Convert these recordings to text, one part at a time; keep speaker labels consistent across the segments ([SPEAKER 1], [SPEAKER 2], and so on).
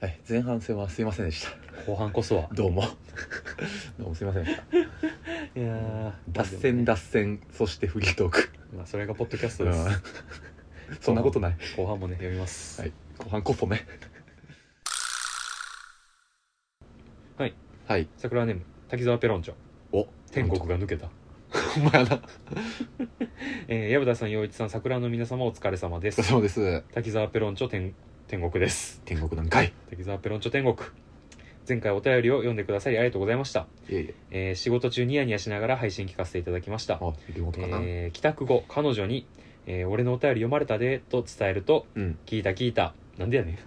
[SPEAKER 1] はい、前半戦はすいませんでした
[SPEAKER 2] 後半こそは
[SPEAKER 1] どう もどうもすいませんでした
[SPEAKER 2] いやー
[SPEAKER 1] 脱線脱線そしてフリートーク
[SPEAKER 2] まあそれがポッドキャストです、
[SPEAKER 1] うんそんなことない
[SPEAKER 2] 後半もね読みます
[SPEAKER 1] はい後半こそね
[SPEAKER 2] はい
[SPEAKER 1] はい
[SPEAKER 2] 桜ネーム滝沢ペロンチョ
[SPEAKER 1] お
[SPEAKER 2] 天国が抜けた
[SPEAKER 1] お前な
[SPEAKER 2] えー、矢部田さん陽一さん桜の皆様お疲れ様で
[SPEAKER 1] お疲れ
[SPEAKER 2] す
[SPEAKER 1] 様です
[SPEAKER 2] 滝沢ペロンチョ天天国です
[SPEAKER 1] 天国なんかい
[SPEAKER 2] 滝沢ペロンチョ天国前回お便りを読んでくださりありがとうございました、
[SPEAKER 1] いえいえ
[SPEAKER 2] えー、仕事中ニヤニヤしながら配信聞かせていただきました
[SPEAKER 1] あリモートかな、
[SPEAKER 2] えー帰宅後彼女に、えー俺のお便り読まれたで」と伝えると
[SPEAKER 1] うん
[SPEAKER 2] 「聞いた聞いた」なんでやねん
[SPEAKER 1] よう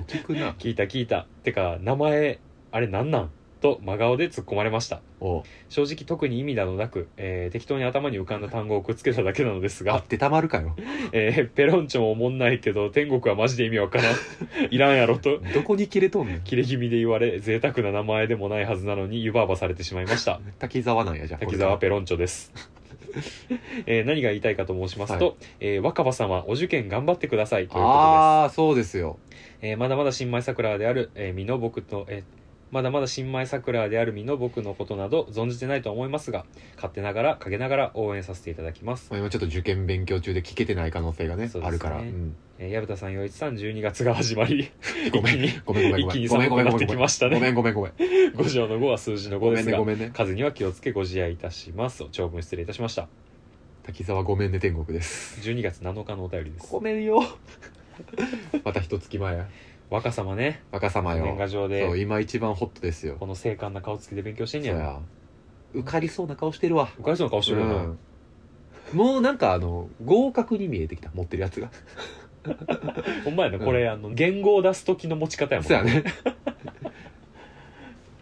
[SPEAKER 1] 聞くな
[SPEAKER 2] 聞いた聞いたてか名前あれなんなんと真顔で突っ込まれました
[SPEAKER 1] お
[SPEAKER 2] 正直特に意味などなく、えー適当に頭に浮かんだ単語をくっつけただけなのです
[SPEAKER 1] あ
[SPEAKER 2] が
[SPEAKER 1] っ、てたまるかよ
[SPEAKER 2] えーペロンチョもおもんないけど天国はマジで意味わからん いらんやろと
[SPEAKER 1] どこに切れとんねん
[SPEAKER 2] 切れ気味で言われ贅沢な名前でもないはずなのに湯婆婆されてしまいました
[SPEAKER 1] 滝沢なんやじゃあ
[SPEAKER 2] 滝沢
[SPEAKER 1] これ
[SPEAKER 2] ペロンチ ョです、えー何が言いたいかと申しますと、
[SPEAKER 1] は
[SPEAKER 2] えー若葉様お受験頑張ってくださいという
[SPEAKER 1] から
[SPEAKER 2] こ
[SPEAKER 1] ああーそうですよ
[SPEAKER 2] とです、えーまだまだ新米桜である、えー、美濃僕と、えーまだまだ新米桜である美濃僕のことなど存じてないと思いますが勝手ながら陰ながら応援させていただきます、
[SPEAKER 1] まあ今ちょっと受験勉強中で聞けてない可能性がね
[SPEAKER 2] そうですね
[SPEAKER 1] あるから、うん、
[SPEAKER 2] えー矢蓋さん陽一さん12月が始まり
[SPEAKER 1] ごめん
[SPEAKER 2] 一
[SPEAKER 1] ごめんごめん
[SPEAKER 2] 一気に
[SPEAKER 1] ごめ
[SPEAKER 2] 寒
[SPEAKER 1] んご
[SPEAKER 2] く
[SPEAKER 1] めん
[SPEAKER 2] な
[SPEAKER 1] ご
[SPEAKER 2] っ
[SPEAKER 1] め
[SPEAKER 2] て
[SPEAKER 1] ん
[SPEAKER 2] きました
[SPEAKER 1] ご
[SPEAKER 2] ね
[SPEAKER 1] めんごめんごめん
[SPEAKER 2] 5条の5は数字の
[SPEAKER 1] ご
[SPEAKER 2] 5
[SPEAKER 1] め
[SPEAKER 2] で
[SPEAKER 1] ん
[SPEAKER 2] す
[SPEAKER 1] ね
[SPEAKER 2] が
[SPEAKER 1] ごめんね
[SPEAKER 2] 数には気をつけご自愛いたします長文失礼いたしました
[SPEAKER 1] 滝沢ごめんね天国です
[SPEAKER 2] 12月7日のお便りです
[SPEAKER 1] めんよ また一月前や
[SPEAKER 2] 若様ね
[SPEAKER 1] 若様よ
[SPEAKER 2] 年賀状で
[SPEAKER 1] そう今一番ホットですよ
[SPEAKER 2] この精悍な顔つきで勉強してん
[SPEAKER 1] そう
[SPEAKER 2] ねや
[SPEAKER 1] や受かりそうな顔してるわ
[SPEAKER 2] おかしそうな顔してるよな、
[SPEAKER 1] うんもうなんかあの合格に見えてきた持ってるやつが
[SPEAKER 2] ほんまやね
[SPEAKER 1] うん
[SPEAKER 2] これ、あの言語を出す時の持ち方やもん
[SPEAKER 1] そうやね、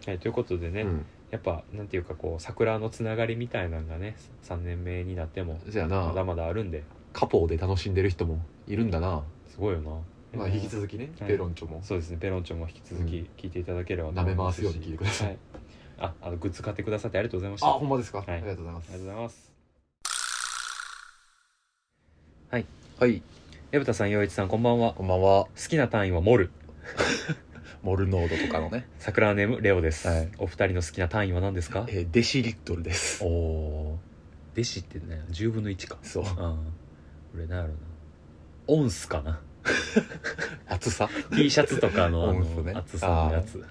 [SPEAKER 2] はい、ということでね、
[SPEAKER 1] うん、
[SPEAKER 2] やっぱなんていうかこう桜のつながりみたいなのがね3年目になっても
[SPEAKER 1] そうや
[SPEAKER 2] まだ
[SPEAKER 1] な
[SPEAKER 2] まだあるんで
[SPEAKER 1] カポーで楽しんでる人もいるんだな、
[SPEAKER 2] すごいよな、
[SPEAKER 1] まあ、
[SPEAKER 2] えー
[SPEAKER 1] 引き続きね、
[SPEAKER 2] はい
[SPEAKER 1] ペロンチョも
[SPEAKER 2] そうですねペロンチョンも引き続
[SPEAKER 1] う
[SPEAKER 2] き聞いていただければと
[SPEAKER 1] 舐
[SPEAKER 2] 思い
[SPEAKER 1] め
[SPEAKER 2] ま
[SPEAKER 1] 回
[SPEAKER 2] す
[SPEAKER 1] す
[SPEAKER 2] し、
[SPEAKER 1] ように聞いてください、
[SPEAKER 2] はい、ああのグッズ買ってくださってありがとうございました
[SPEAKER 1] あ
[SPEAKER 2] あ
[SPEAKER 1] ほんまですか、
[SPEAKER 2] い
[SPEAKER 1] ありがとうございます
[SPEAKER 2] りがとうございます
[SPEAKER 1] はい
[SPEAKER 2] 薮田さん陽一さんこんばんは好
[SPEAKER 1] こんばんは
[SPEAKER 2] きな単位はモル
[SPEAKER 1] モルノードとかのね、
[SPEAKER 2] 桜ネームレオです、
[SPEAKER 1] はい
[SPEAKER 2] お二人の好きな単位は何ですか
[SPEAKER 1] えーデシリットルです
[SPEAKER 2] おお弟子ってね10分の1か
[SPEAKER 1] そう
[SPEAKER 2] ああ俺なんやろなオンスかな
[SPEAKER 1] 厚さ
[SPEAKER 2] T シャツとかのあ
[SPEAKER 1] オンス
[SPEAKER 2] の、
[SPEAKER 1] ね
[SPEAKER 2] 厚さのやつ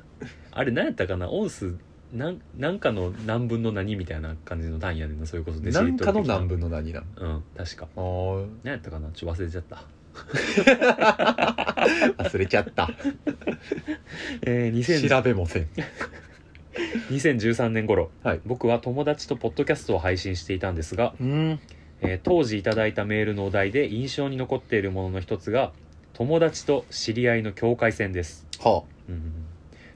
[SPEAKER 2] あれ何やったかなオンスなんなんかの何分の何みたいな感じの単位やねんなそれこそデシ
[SPEAKER 1] な
[SPEAKER 2] リ
[SPEAKER 1] ん
[SPEAKER 2] ット
[SPEAKER 1] か
[SPEAKER 2] ル
[SPEAKER 1] の
[SPEAKER 2] 的な
[SPEAKER 1] 何分の何な
[SPEAKER 2] うん確か
[SPEAKER 1] あー
[SPEAKER 2] 何やったかなちょっと忘れちゃった
[SPEAKER 1] 忘れちゃった
[SPEAKER 2] えー、2000
[SPEAKER 1] 調べもせん
[SPEAKER 2] 2013年頃、
[SPEAKER 1] はい
[SPEAKER 2] 僕は友達とポッドキャストを配信していたんですが、
[SPEAKER 1] うん
[SPEAKER 2] えー当時いただいたメールのお題で印象に残っているものの一つが友達と知り合いの境界線です
[SPEAKER 1] は
[SPEAKER 2] うん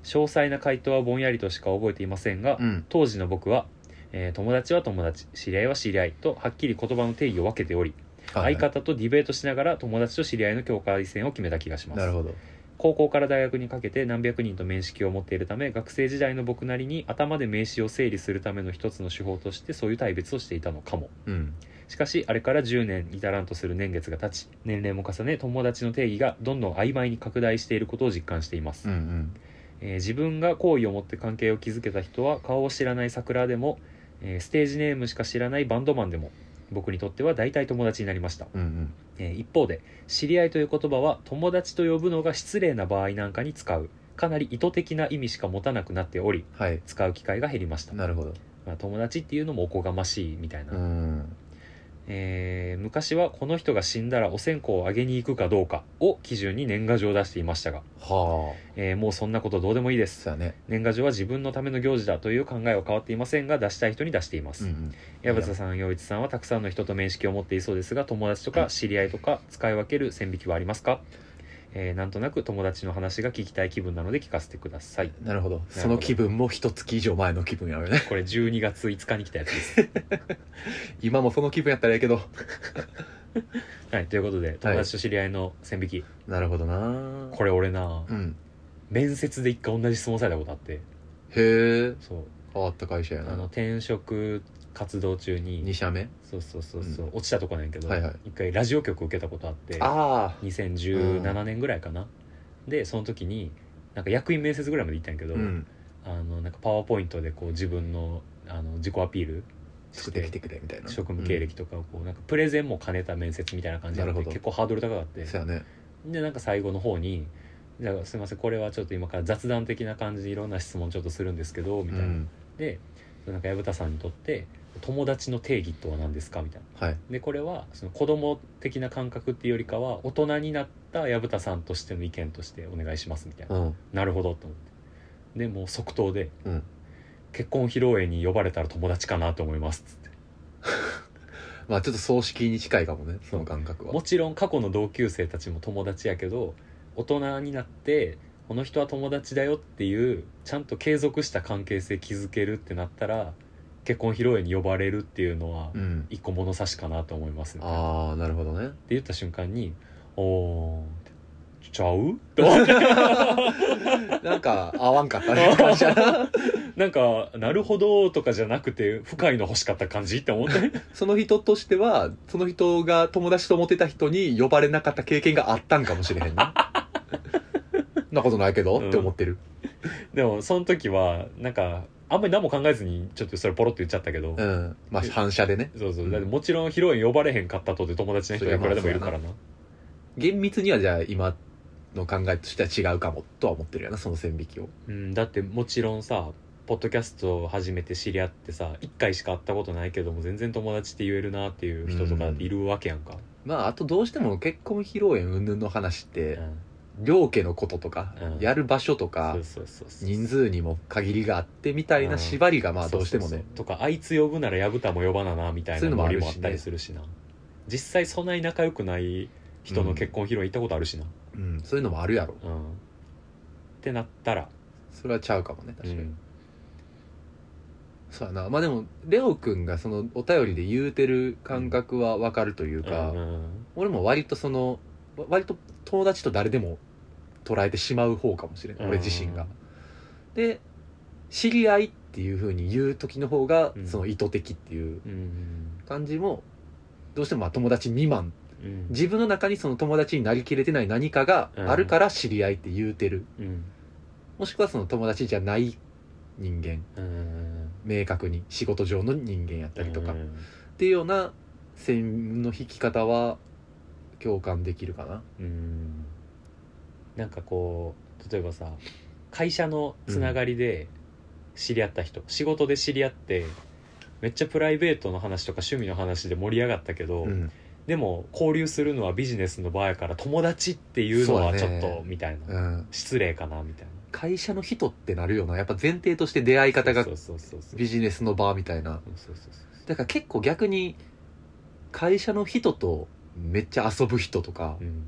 [SPEAKER 2] 詳細な回答はぼんやりとしか覚えていませんが、
[SPEAKER 1] あうん
[SPEAKER 2] 当時の僕は、えー友達は友達知り合いは知り合いとはっきり言葉の定義を分けており、相方とディベートしながら友達と知り合いの境界線を決めた気がします
[SPEAKER 1] なるほど
[SPEAKER 2] 高校から大学にかけて何百人と面識を持っているため学生時代の僕なりに頭で名詞を整理するための一つの手法としてそういう対別をしていたのかも
[SPEAKER 1] うん
[SPEAKER 2] しかしあれから10年至らんとする年月が経ち年齢も重ね友達の定義がどんどん曖昧に拡大していることを実感しています、
[SPEAKER 1] うんうん
[SPEAKER 2] えー自分が好意を持って関係を築けた人は顔を知らない桜でも、えーステージネームしか知らないバンドマンでも僕にとっては大体友達になりました、
[SPEAKER 1] うんうん
[SPEAKER 2] えー一方で知り合いという言葉は友達と呼ぶのが失礼な場合なんかに使うかなり意図的な意味しか持たなくなっており
[SPEAKER 1] はい
[SPEAKER 2] 使う機会が減りました、ま
[SPEAKER 1] なるほど
[SPEAKER 2] あ、友達っていうのもおこがましいみたいな、
[SPEAKER 1] うん
[SPEAKER 2] えー昔はこの人が死んだらお線香をあげに行くかどうかを基準に年賀状を出していましたが、
[SPEAKER 1] はあ
[SPEAKER 2] えーもうそんなことどうでもいいです
[SPEAKER 1] そうやね
[SPEAKER 2] 年賀状は自分のための行事だという考えは変わっていませんが出したい人に出しています、
[SPEAKER 1] ん
[SPEAKER 2] 矢渕さん陽一さんはたくさんの人と面識を持っていそうですが友達とか知り合いとか使い分ける線引きはありますか、えーなんとなく友達の話が聞きたい気分なので聞かせてください
[SPEAKER 1] なるほどその気分も一月以上前の気分やよ ね
[SPEAKER 2] これ12月5日に来たやつです
[SPEAKER 1] 今もその気分やったらええけど
[SPEAKER 2] はいということで友達と知り合いの線引き、
[SPEAKER 1] なるほどな
[SPEAKER 2] これ俺な
[SPEAKER 1] うん
[SPEAKER 2] 面接で一回同じ質問されたことあって
[SPEAKER 1] へえ
[SPEAKER 2] そう
[SPEAKER 1] 変わった会社や
[SPEAKER 2] あ
[SPEAKER 1] な
[SPEAKER 2] の転職活動中
[SPEAKER 1] 二
[SPEAKER 2] に
[SPEAKER 1] 社目
[SPEAKER 2] そうそうそうそう、
[SPEAKER 1] うん
[SPEAKER 2] 落ちたとこなんやけど、
[SPEAKER 1] はいはい
[SPEAKER 2] 一回ラジオ局受けたことあって
[SPEAKER 1] ああ
[SPEAKER 2] 2017年ぐらいかな、でその時になんか役員面接ぐらいまで行ったんやけど、
[SPEAKER 1] うん、
[SPEAKER 2] あのなんかパワーポイントでこう自分のあの自己アピール
[SPEAKER 1] 作ってきてくれみたいな
[SPEAKER 2] 職務経歴とかをこうなんかプレゼンも兼ねた面接みたいな感じになっ
[SPEAKER 1] なる
[SPEAKER 2] て
[SPEAKER 1] ほど
[SPEAKER 2] 結構ハードル高かって
[SPEAKER 1] うんそうやね
[SPEAKER 2] でなんか最後の方に「じゃあすいませんこれはちょっと今から雑談的な感じでいろんな質問ちょっとするんですけど」みたいな、
[SPEAKER 1] うん
[SPEAKER 2] でなんか薮田さんにとって友達の定義とは何ですかみたいな
[SPEAKER 1] はい
[SPEAKER 2] でこれはその子供的な感覚っていうよりかは大人になった薮田さんとしての意見としてお願いしますみたいな、
[SPEAKER 1] うん
[SPEAKER 2] なるほどと思ってでもう即答で、
[SPEAKER 1] うん
[SPEAKER 2] 結婚披露宴に呼ばれたら友達かなと思います」つって
[SPEAKER 1] まあちょっと葬式に近いかもねその感覚は
[SPEAKER 2] もちろん過去の同級生たちも友達やけど大人になってこの人は友達だよっていうちゃんと継続した関係性築けるってなったら結婚披露宴に呼ばれるっていうのは
[SPEAKER 1] うん
[SPEAKER 2] 一個物差しかなと思いますねって
[SPEAKER 1] ああなるほど ね
[SPEAKER 2] 言った瞬間に「おーって」ちゃうと思って
[SPEAKER 1] なんか合わんかったね感じや な
[SPEAKER 2] なんか「なるほど」とかじゃなくて深いの欲しかった感じって思って
[SPEAKER 1] その人としてはその人が友達と思ってた人に呼ばれなかった経験があったんかもしれへんね なことないけど、
[SPEAKER 2] うん
[SPEAKER 1] って思ってる
[SPEAKER 2] でもその時はなんかあんまり何も考えずにちょっとそれポロッと言っちゃったけど、
[SPEAKER 1] うんまあ反射でね
[SPEAKER 2] そうそう、
[SPEAKER 1] うん
[SPEAKER 2] だってもちろん披露宴呼ばれへんかったとて友達の人がいくらでもいるからな
[SPEAKER 1] 厳密にはじゃあ今の考えとしては違うかもとは思ってるやなその線引きを
[SPEAKER 2] うんだってもちろんさポッドキャストを始めて知り合ってさ1回しか会ったことないけども全然友達って言えるなっていう人とかいるわけやんか、
[SPEAKER 1] まああとどうしても結婚披露宴云々の話っ
[SPEAKER 2] うん
[SPEAKER 1] て両家のこととか、
[SPEAKER 2] うん
[SPEAKER 1] やる場所とか
[SPEAKER 2] そうそうそうそう
[SPEAKER 1] 人数にも限りがあってみたいな縛りがまあどうしても
[SPEAKER 2] そそ
[SPEAKER 1] ね
[SPEAKER 2] そとかあいつ呼ぶなら薮田も呼ばななみたい
[SPEAKER 1] そう
[SPEAKER 2] な
[SPEAKER 1] いうのも
[SPEAKER 2] ノ
[SPEAKER 1] あ
[SPEAKER 2] リ
[SPEAKER 1] るしね
[SPEAKER 2] もあったりするしな実際そんなに仲良くない人の結婚披露宴行ったことあるしな
[SPEAKER 1] うんそういうのもあるやろ
[SPEAKER 2] うん、ってなったら
[SPEAKER 1] それはちゃうかもね確かに、
[SPEAKER 2] うん
[SPEAKER 1] そうやなまあでもレオくんがそのお便りで言うてる感覚はわかるというか、
[SPEAKER 2] うんうん
[SPEAKER 1] 俺も割とそのわ割と友達と誰でも捉えてしまう方かもしれない、
[SPEAKER 2] うん
[SPEAKER 1] 俺自身がで知り合いっていうふうに言う時の方が、
[SPEAKER 2] うん
[SPEAKER 1] その意図的っていう
[SPEAKER 2] うん
[SPEAKER 1] 感じもどうしてもまあ友達未満
[SPEAKER 2] うん
[SPEAKER 1] 自分の中にその友達になりきれてない何かがあるから知り合いって言うてる、
[SPEAKER 2] うん
[SPEAKER 1] もしくはその友達じゃない人間
[SPEAKER 2] うん
[SPEAKER 1] 明確に仕事上の人間やったりとか、
[SPEAKER 2] う
[SPEAKER 1] っ
[SPEAKER 2] ん
[SPEAKER 1] ていうような線の引き方は共感できるかな
[SPEAKER 2] うんなんかこう例えばさ会社のつながりで知り合った人、仕事で知り合ってめっちゃプライベートの話とか趣味の話で盛り上がったけど、
[SPEAKER 1] うん
[SPEAKER 2] でも交流するのはビジネスの場やから友達っていうのは
[SPEAKER 1] そ
[SPEAKER 2] ち
[SPEAKER 1] う
[SPEAKER 2] ょっ
[SPEAKER 1] だね
[SPEAKER 2] とみたいな、
[SPEAKER 1] うん
[SPEAKER 2] 失礼かなみたいな
[SPEAKER 1] 会社の人ってなるよなやっぱ前提として出会い方が
[SPEAKER 2] そうそうそうそう
[SPEAKER 1] ビジネスの場みたいな
[SPEAKER 2] そうそうそう
[SPEAKER 1] だから結構逆に会社の人とめっちゃ遊ぶ人とか
[SPEAKER 2] うん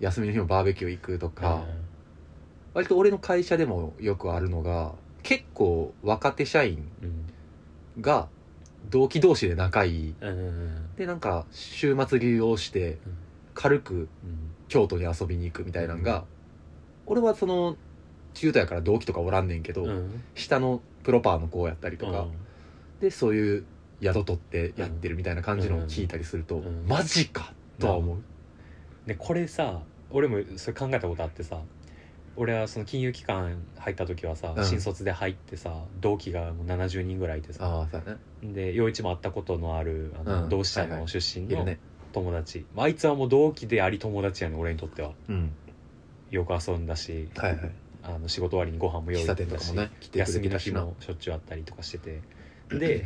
[SPEAKER 1] 休みの日もバーベキュー行くと
[SPEAKER 2] う
[SPEAKER 1] か
[SPEAKER 2] ん
[SPEAKER 1] 割と俺の会社でもよくあるのが結構若手社員
[SPEAKER 2] うん
[SPEAKER 1] が同期同士で仲いい
[SPEAKER 2] うんうん
[SPEAKER 1] でなんか週末利用して
[SPEAKER 2] うん
[SPEAKER 1] 軽く
[SPEAKER 2] うん
[SPEAKER 1] 京都に遊びに行くみたいなのが俺はその中途やから同期とかおらんねんけど、
[SPEAKER 2] うん
[SPEAKER 1] 下のプロパーの子やったりとか、でそういう宿取ってやってるみたいな感じのを聞いたりすると、
[SPEAKER 2] うん
[SPEAKER 1] マジかとは思う、
[SPEAKER 2] でこれさ俺もそれ考えたことあってさ俺はその金融機関入った時はさ、
[SPEAKER 1] うん
[SPEAKER 2] 新卒で入ってさ同期がもう70人ぐらいいてさ
[SPEAKER 1] ああそうやね
[SPEAKER 2] で陽一も会ったことのあるあの、
[SPEAKER 1] うん
[SPEAKER 2] 同志社
[SPEAKER 1] はいは
[SPEAKER 2] の
[SPEAKER 1] い
[SPEAKER 2] 出身
[SPEAKER 1] いる
[SPEAKER 2] の
[SPEAKER 1] ね
[SPEAKER 2] 友達、まああいつはもう同期であり友達やね俺にとっては
[SPEAKER 1] うん
[SPEAKER 2] よく遊んだし
[SPEAKER 1] はいはい
[SPEAKER 2] あの仕事終わりにご飯も用意
[SPEAKER 1] 喫
[SPEAKER 2] して
[SPEAKER 1] 茶
[SPEAKER 2] た
[SPEAKER 1] 店とか
[SPEAKER 2] し
[SPEAKER 1] もね来てく
[SPEAKER 2] 休
[SPEAKER 1] れて
[SPEAKER 2] みの
[SPEAKER 1] た
[SPEAKER 2] 日
[SPEAKER 1] しな
[SPEAKER 2] もしょっちゅうあったりとかして てで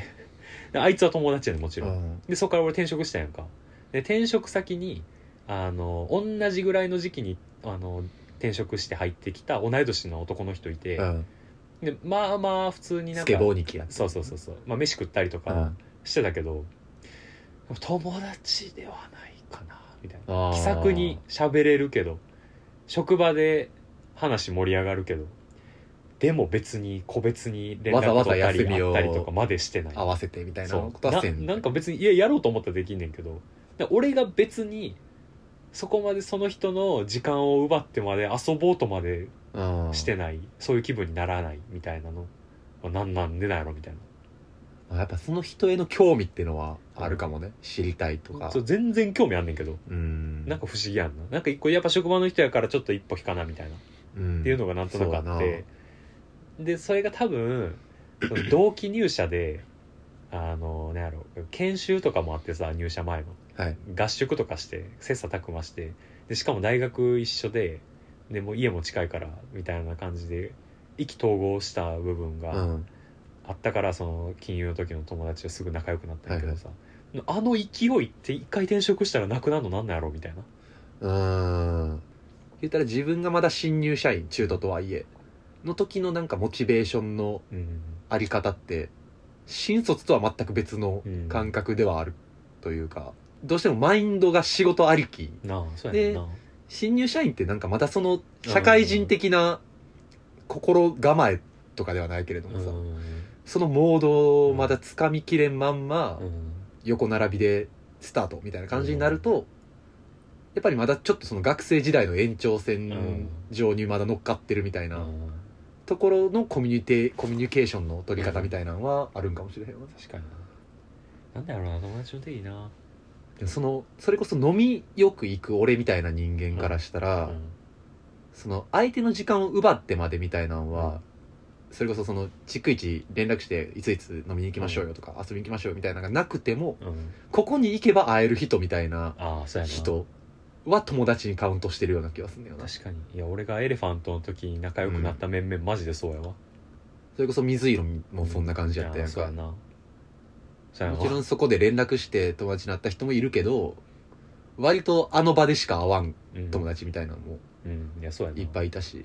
[SPEAKER 2] であいつは友達やねもちろんでそこから俺転職したやんかで転職先にあの同じぐらいの時期にあの転職して入ってきた同い年の男の人いて、
[SPEAKER 1] うん、うん
[SPEAKER 2] でまあまあ普通にな
[SPEAKER 1] ス
[SPEAKER 2] んか
[SPEAKER 1] ケボーに来や
[SPEAKER 2] そうそうそうそう、まあ、飯食ったりと
[SPEAKER 1] うん
[SPEAKER 2] かしてたけど、友達ではないかなみたいな
[SPEAKER 1] あー
[SPEAKER 2] 気さくに喋れるけど職場で話盛り上がるけどでも別に個別に連
[SPEAKER 1] わざ
[SPEAKER 2] 絡
[SPEAKER 1] わざ
[SPEAKER 2] 取ったり
[SPEAKER 1] 休み
[SPEAKER 2] 会
[SPEAKER 1] を
[SPEAKER 2] ったりとかまでしてない
[SPEAKER 1] 合わせてみたいな
[SPEAKER 2] そ
[SPEAKER 1] こと
[SPEAKER 2] う
[SPEAKER 1] は
[SPEAKER 2] な
[SPEAKER 1] せん
[SPEAKER 2] なんか別にいややろうと思ったらできんねんけどだから俺が別にそこまでその人の時間を奪ってまで遊ぼうとまで
[SPEAKER 1] うん
[SPEAKER 2] してない、そういう気分にならないみたいなのはなんなんでなんやろみたいな
[SPEAKER 1] あやっぱその人への興味っていうのはあるかもね知りたいとか
[SPEAKER 2] そう全然興味あんねんけど
[SPEAKER 1] うん
[SPEAKER 2] なんか不思議やんななんか一個やっぱ職場の人やからちょっと一歩引かなみたいな
[SPEAKER 1] うん
[SPEAKER 2] っていうのがなんとなくあっ
[SPEAKER 1] そうや
[SPEAKER 2] て、でそれが多分その同期入社であのなんやろ研修とかもあってさ入社前の
[SPEAKER 1] はい
[SPEAKER 2] 合宿とかして切磋琢磨してでしかも大学一緒ででもう家も近いからみたいな感じで意気投合した部分
[SPEAKER 1] う
[SPEAKER 2] が
[SPEAKER 1] ん
[SPEAKER 2] あったから、その金融の時の友達がすぐ仲良くなったんやけどさ、あの勢いって一回転職したらなくなるのなんなんやろみたいな
[SPEAKER 1] うん言ったら自分がまだ新入社員中途とはいえの時のなんかモチベーションの
[SPEAKER 2] うん
[SPEAKER 1] あり方って新卒とは全く別の
[SPEAKER 2] うん
[SPEAKER 1] 感覚ではあるというか、どうしてもマインドが仕事ありき
[SPEAKER 2] なあそうやねんな
[SPEAKER 1] 新入社員ってなんかまたその社会人的な心構えとかではないけれど
[SPEAKER 2] う
[SPEAKER 1] もさ、
[SPEAKER 2] ん
[SPEAKER 1] そのモードをまだ掴みきれんまんま
[SPEAKER 2] うん
[SPEAKER 1] 横並びでスタートみたいな感じになると、やっぱりまだちょっとその学生時代の延長線上にまだ乗っかってるみたいな
[SPEAKER 2] うん
[SPEAKER 1] ところのコミュニティコミュニケーションの取り方みたいなのはあるんかもしれへんわね
[SPEAKER 2] 確かにななんだろうな友達の手いいな
[SPEAKER 1] でもそのそれこそ飲みよく行く俺みたいな人間からしたら、
[SPEAKER 2] うん
[SPEAKER 1] その相手の時間を奪ってまでみたいなのは、それこそその逐一連絡していついつ飲みに行きましょうよとか、遊びに行きましょうよみたいなのがなくても
[SPEAKER 2] うん
[SPEAKER 1] ここに行けば会える人みたいな
[SPEAKER 2] ああそうやな
[SPEAKER 1] 人は友達にカウントしてるような気がするんだよな
[SPEAKER 2] 確かにいや俺がエレファントの時に仲良くなった面々、マジでそうやわ
[SPEAKER 1] それこそ水色もそんな感じやったやん
[SPEAKER 2] そう
[SPEAKER 1] か
[SPEAKER 2] や、なそうや
[SPEAKER 1] もちろ
[SPEAKER 2] なん
[SPEAKER 1] そこで連絡して友達になった人もいるけど割とあの場でしか会わん友達みたいなのも
[SPEAKER 2] うん、うん、いやそうやない
[SPEAKER 1] っぱいいたし、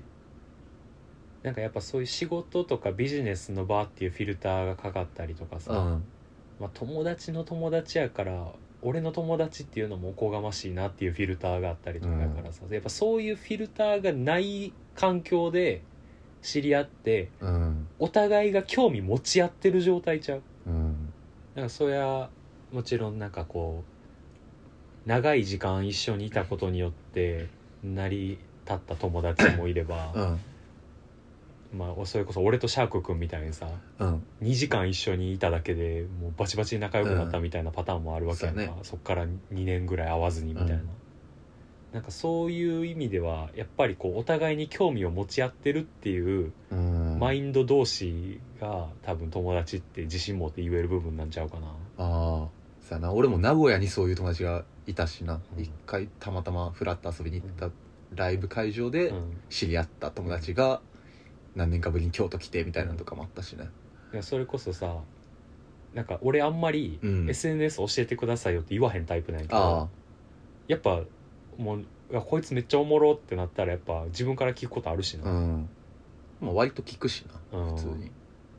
[SPEAKER 2] なんかやっぱそういう仕事とかビジネスの場っていうフィルターがかかったりとかさ、
[SPEAKER 1] うん
[SPEAKER 2] まあ、友達の友達やから俺の友達っていうのもおこがましいなっていうフィルターがあったりとかだからさ、やっぱそういうフィルターがない環境で知り合って
[SPEAKER 1] うん
[SPEAKER 2] お互いが興味持ち合ってる状態ちゃう
[SPEAKER 1] うん
[SPEAKER 2] なんかそりゃもちろんなんかこう長い時間一緒にいたことによって成り立った友達もいれば、
[SPEAKER 1] うん
[SPEAKER 2] まあ、それこそ俺とシャーク君みたいにさ
[SPEAKER 1] うん
[SPEAKER 2] 2時間一緒にいただけでもうバチバチに仲良くなったみたいなパターンもあるわけやんか、
[SPEAKER 1] うんそうや
[SPEAKER 2] そっから2年ぐらい会わずにみたいな、
[SPEAKER 1] うん
[SPEAKER 2] なんかそういう意味ではやっぱりこうお互いに興味を持ち合ってるっていう
[SPEAKER 1] うん
[SPEAKER 2] マインド同士が多分友達って自信持って言える部分なんちゃうかな
[SPEAKER 1] ああさあな俺も名古屋にそういう友達がいたしな
[SPEAKER 2] うん
[SPEAKER 1] 一、回たまたまフラッと遊びに行ったライブ会場で
[SPEAKER 2] うん
[SPEAKER 1] 知り合った友達が何年かぶりに京都来てみたいなのとかもあったしね
[SPEAKER 2] いやそれこそさなんか俺あんまり
[SPEAKER 1] うん
[SPEAKER 2] SNS 教えてくださいよって言わへんタイプなんやけ
[SPEAKER 1] あ
[SPEAKER 2] ど、やっぱもういやこいつめっちゃおもろってなったらやっぱ自分から聞くことあるし
[SPEAKER 1] あう
[SPEAKER 2] な、
[SPEAKER 1] んまあ割と聞くしな
[SPEAKER 2] うん
[SPEAKER 1] 普通に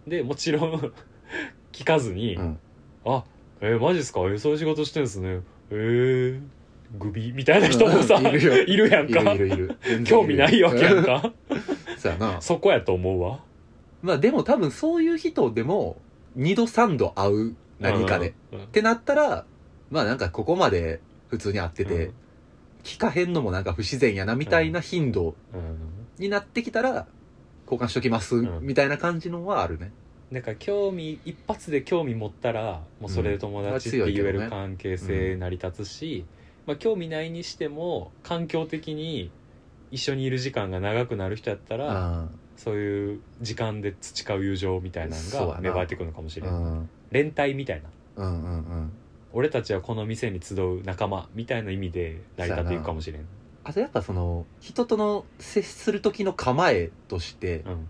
[SPEAKER 2] でもちろん 聞かずに「
[SPEAKER 1] うん
[SPEAKER 2] あえーマジっすかえーそういう仕事してんすねえー、グビ」みたいな人もさ、
[SPEAKER 1] うんいるよ
[SPEAKER 2] いるやん
[SPEAKER 1] い
[SPEAKER 2] か
[SPEAKER 1] るいるいる全然る
[SPEAKER 2] 興味ないわけやんか
[SPEAKER 1] そうやな
[SPEAKER 2] そこやと思うわ
[SPEAKER 1] まあでも多分そういう人でも2度3度会う何かで、っ
[SPEAKER 2] うんうん
[SPEAKER 1] てなったらまあなんかここまで普通に会ってて、
[SPEAKER 2] うん
[SPEAKER 1] 聞かへんのもなんか不自然やなみたいな頻度
[SPEAKER 2] うん
[SPEAKER 1] になってきたら交換しときます
[SPEAKER 2] うん
[SPEAKER 1] みたいな感じのはあるね、
[SPEAKER 2] なんか興味一発で興味持ったらもうそれで友達って
[SPEAKER 1] うん
[SPEAKER 2] 言える
[SPEAKER 1] まあ強いけどね
[SPEAKER 2] 関係性成り立つし、まあ、興味ないにしても環境的に一緒にいる時間が長くなる人やった
[SPEAKER 1] う
[SPEAKER 2] ら、
[SPEAKER 1] ん
[SPEAKER 2] そういう時間で培う友情みたいな
[SPEAKER 1] そう
[SPEAKER 2] の
[SPEAKER 1] やな
[SPEAKER 2] が芽生えてくるのかもし
[SPEAKER 1] う
[SPEAKER 2] れない、
[SPEAKER 1] ん
[SPEAKER 2] 連帯みたいな
[SPEAKER 1] うんうんうん
[SPEAKER 2] 俺たちはこの店に集う仲間みたいな意味で成り立っていくかもしれん
[SPEAKER 1] あとやっぱその人との接する時の構えとして
[SPEAKER 2] うん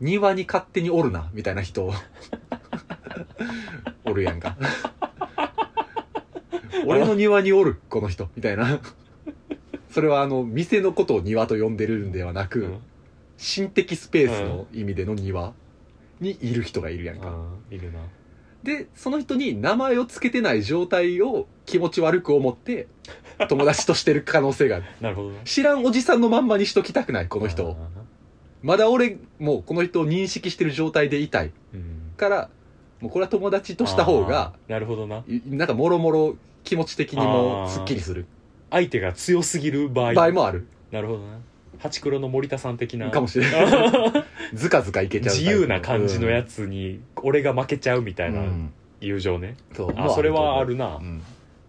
[SPEAKER 1] 庭に勝手におるなみたいな人 おるやんか俺の庭におるこの人みたいなそれはあの店のことを庭と呼んでるんではなく、
[SPEAKER 2] うん
[SPEAKER 1] 心的スペースの意味での庭にいる人がいるやんか、
[SPEAKER 2] うんいるな
[SPEAKER 1] でその人に名前を付けてない状態を気持ち悪く思って友達としてる可能性 がある
[SPEAKER 2] なるほどな
[SPEAKER 1] 知らんおじさんのまんまにしときたくないこ
[SPEAKER 2] こ
[SPEAKER 1] の人をまだ俺もうこの人を認識してる状態でいたい
[SPEAKER 2] うん
[SPEAKER 1] からもうこれは友達とした方が
[SPEAKER 2] あーなるほどない
[SPEAKER 1] なんかもろもろ気持ち的にもすっきりする
[SPEAKER 2] 相手が強すぎる場合
[SPEAKER 1] 場合もある
[SPEAKER 2] なるほどなハチクロの森田さん的な
[SPEAKER 1] かもしれないずかずかいけちゃうタイ
[SPEAKER 2] 自
[SPEAKER 1] プ
[SPEAKER 2] 由な感じのやつに俺が負けちゃうみたいな
[SPEAKER 1] うん
[SPEAKER 2] 友情ね、
[SPEAKER 1] そう
[SPEAKER 2] あそれはある
[SPEAKER 1] う
[SPEAKER 2] な、
[SPEAKER 1] ん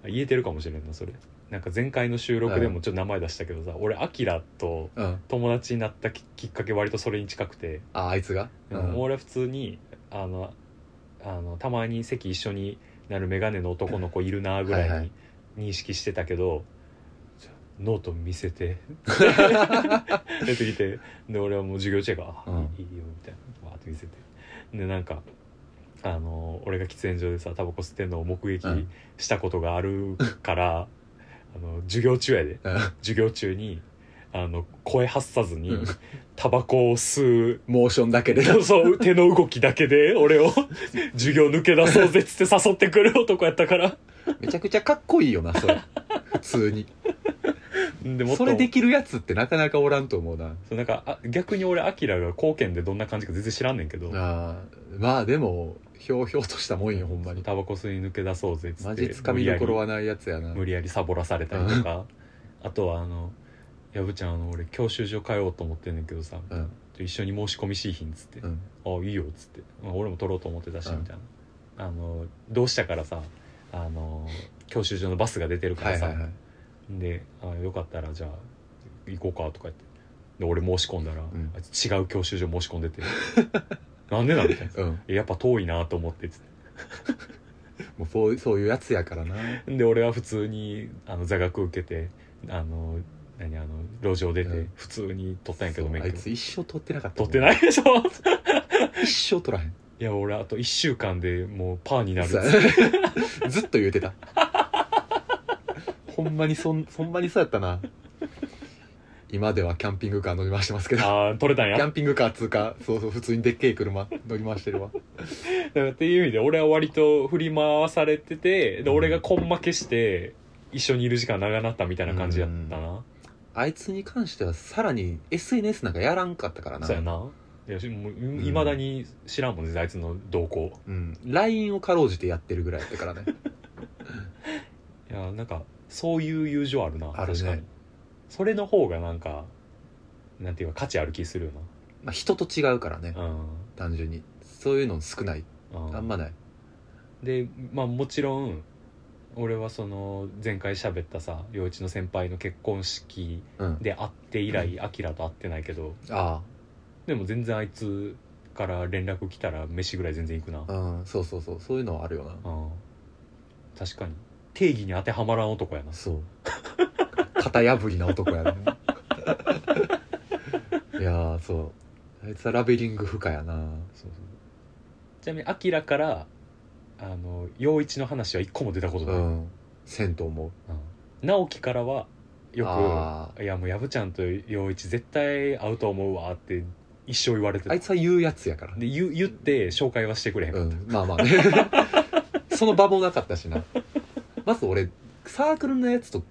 [SPEAKER 2] 言えてるかもしれんなそれなんか前回の収録でもちょっと名前出したけどさ、俺アキラと
[SPEAKER 1] うん
[SPEAKER 2] 友達になったききっかけ割とそれに近くて、
[SPEAKER 1] ああいつが
[SPEAKER 2] う
[SPEAKER 1] うん
[SPEAKER 2] ん、俺は普通にあのあのたまに席一緒になる眼鏡の男の子いるなぐら
[SPEAKER 1] はいはい
[SPEAKER 2] いに認識してたけど、ちょノート見 せて出てきてで俺はもう授業中やから「あ
[SPEAKER 1] うん
[SPEAKER 2] いいよ」みたいなわーって見せてでなんかあの俺が喫煙所でさタバコ吸ってんのを目撃
[SPEAKER 1] うん
[SPEAKER 2] したことがあるから、あの授業中やで
[SPEAKER 1] うん
[SPEAKER 2] 授業中にあの声発さず
[SPEAKER 1] う
[SPEAKER 2] に
[SPEAKER 1] ん
[SPEAKER 2] タバコを吸う
[SPEAKER 1] モーションだけで
[SPEAKER 2] そう そう手の動きだけで俺を授業抜け出そうぜっつって誘ってくる男やったから
[SPEAKER 1] めちゃくちゃかっこいいよなそ れ普通に
[SPEAKER 2] でもっと
[SPEAKER 1] それできるやつってなかなかおらんと思うな
[SPEAKER 2] そうなんかあ逆に俺アキラが貢献でどんな感じか全然知らんねんけど
[SPEAKER 1] あーまあでもひょうひょうとしたもんよほんまに
[SPEAKER 2] タバコ吸い抜け出そうぜっつって
[SPEAKER 1] マジつかみどころはないやつやな
[SPEAKER 2] 無理やりサボらされたりとかあとはあの「やぶちゃんあの俺教習所通おうと思ってんねんけどさ、
[SPEAKER 1] うん
[SPEAKER 2] 一緒に申し込みしいひん」っつって
[SPEAKER 1] うん
[SPEAKER 2] あいいよっつって、まあ俺も取ろうと思ってたし
[SPEAKER 1] うん
[SPEAKER 2] みたいな、あの同志社からさあの教習所のバスが出てるか
[SPEAKER 1] は
[SPEAKER 2] ら
[SPEAKER 1] い
[SPEAKER 2] さ、
[SPEAKER 1] はいはい
[SPEAKER 2] であよかったらじゃあ行こうかとか言ってで俺申し込んだら、
[SPEAKER 1] ん
[SPEAKER 2] あいつ違う教習所申し込んでて なんでなんみたいな
[SPEAKER 1] うんも
[SPEAKER 2] えやっぱ遠いなと思ってつって
[SPEAKER 1] うそうそういうやつやからな
[SPEAKER 2] で俺は普通にあの座学受けてあの何あの路上出て、
[SPEAKER 1] うん
[SPEAKER 2] 普通に取ったんやけど
[SPEAKER 1] そう
[SPEAKER 2] 免
[SPEAKER 1] あ
[SPEAKER 2] 許
[SPEAKER 1] いつ一生取ってなかった
[SPEAKER 2] 取ってないでしょ
[SPEAKER 1] 一生取らへん
[SPEAKER 2] いや俺あと1週間でもうパーになるっつって
[SPEAKER 1] そう ずっと言うてたほんまにそんほんまにそうやったな今ではキャンピングカー乗り回してますけど
[SPEAKER 2] ああ取れたん
[SPEAKER 1] キ
[SPEAKER 2] や
[SPEAKER 1] ャンピングカー通過そうそう普通にでっけえ車乗り回してるわ
[SPEAKER 2] だからっていう意味で俺は割と振り回されててで俺が根負けして一緒にいる時間長なったみたいな感じやったな
[SPEAKER 1] あいつに関してはさらに SNS なんかやらんかったからな
[SPEAKER 2] そうやないやしもういまだに知らんもんねあいつの動向
[SPEAKER 1] うん、LINE をかろうじてやってるぐらいやったから ね
[SPEAKER 2] いやなんかそういう友情あるな
[SPEAKER 1] あるね
[SPEAKER 2] 確かにそれの方がなんかなんていうか価値ある気するよ
[SPEAKER 1] まあ人と違うからね
[SPEAKER 2] な
[SPEAKER 1] 単純にそういうの少ない
[SPEAKER 2] うん、うん、
[SPEAKER 1] あんまない
[SPEAKER 2] でまあもちろん俺はその前回喋ったさ陽一の先輩の結婚式
[SPEAKER 1] うん
[SPEAKER 2] で会って以来アキラと会ってないけど、
[SPEAKER 1] あ
[SPEAKER 2] でも全然あいつから連絡来たら飯ぐらい全然行くな、
[SPEAKER 1] あうんそうそうそうそういうのはあるよな
[SPEAKER 2] うん確かに定義に当てはまらん男やな
[SPEAKER 1] そう型破りな男や ねいやーそうあいつはラベリング不可やな
[SPEAKER 2] ちなみにアキラからあの陽一の話は一個も出たこと
[SPEAKER 1] う
[SPEAKER 2] ない、うん
[SPEAKER 1] んせんと思う
[SPEAKER 2] 直樹からはよ
[SPEAKER 1] あ
[SPEAKER 2] く「いやもうやぶちゃんと陽一絶対会うと思うわ」って一生言われて
[SPEAKER 1] ー
[SPEAKER 2] た
[SPEAKER 1] あいつは言うやつやから
[SPEAKER 2] で言う言って紹介はしてくれへんか
[SPEAKER 1] う
[SPEAKER 2] った、
[SPEAKER 1] んまあまあね その場もなかったしなまず俺サークルのやつと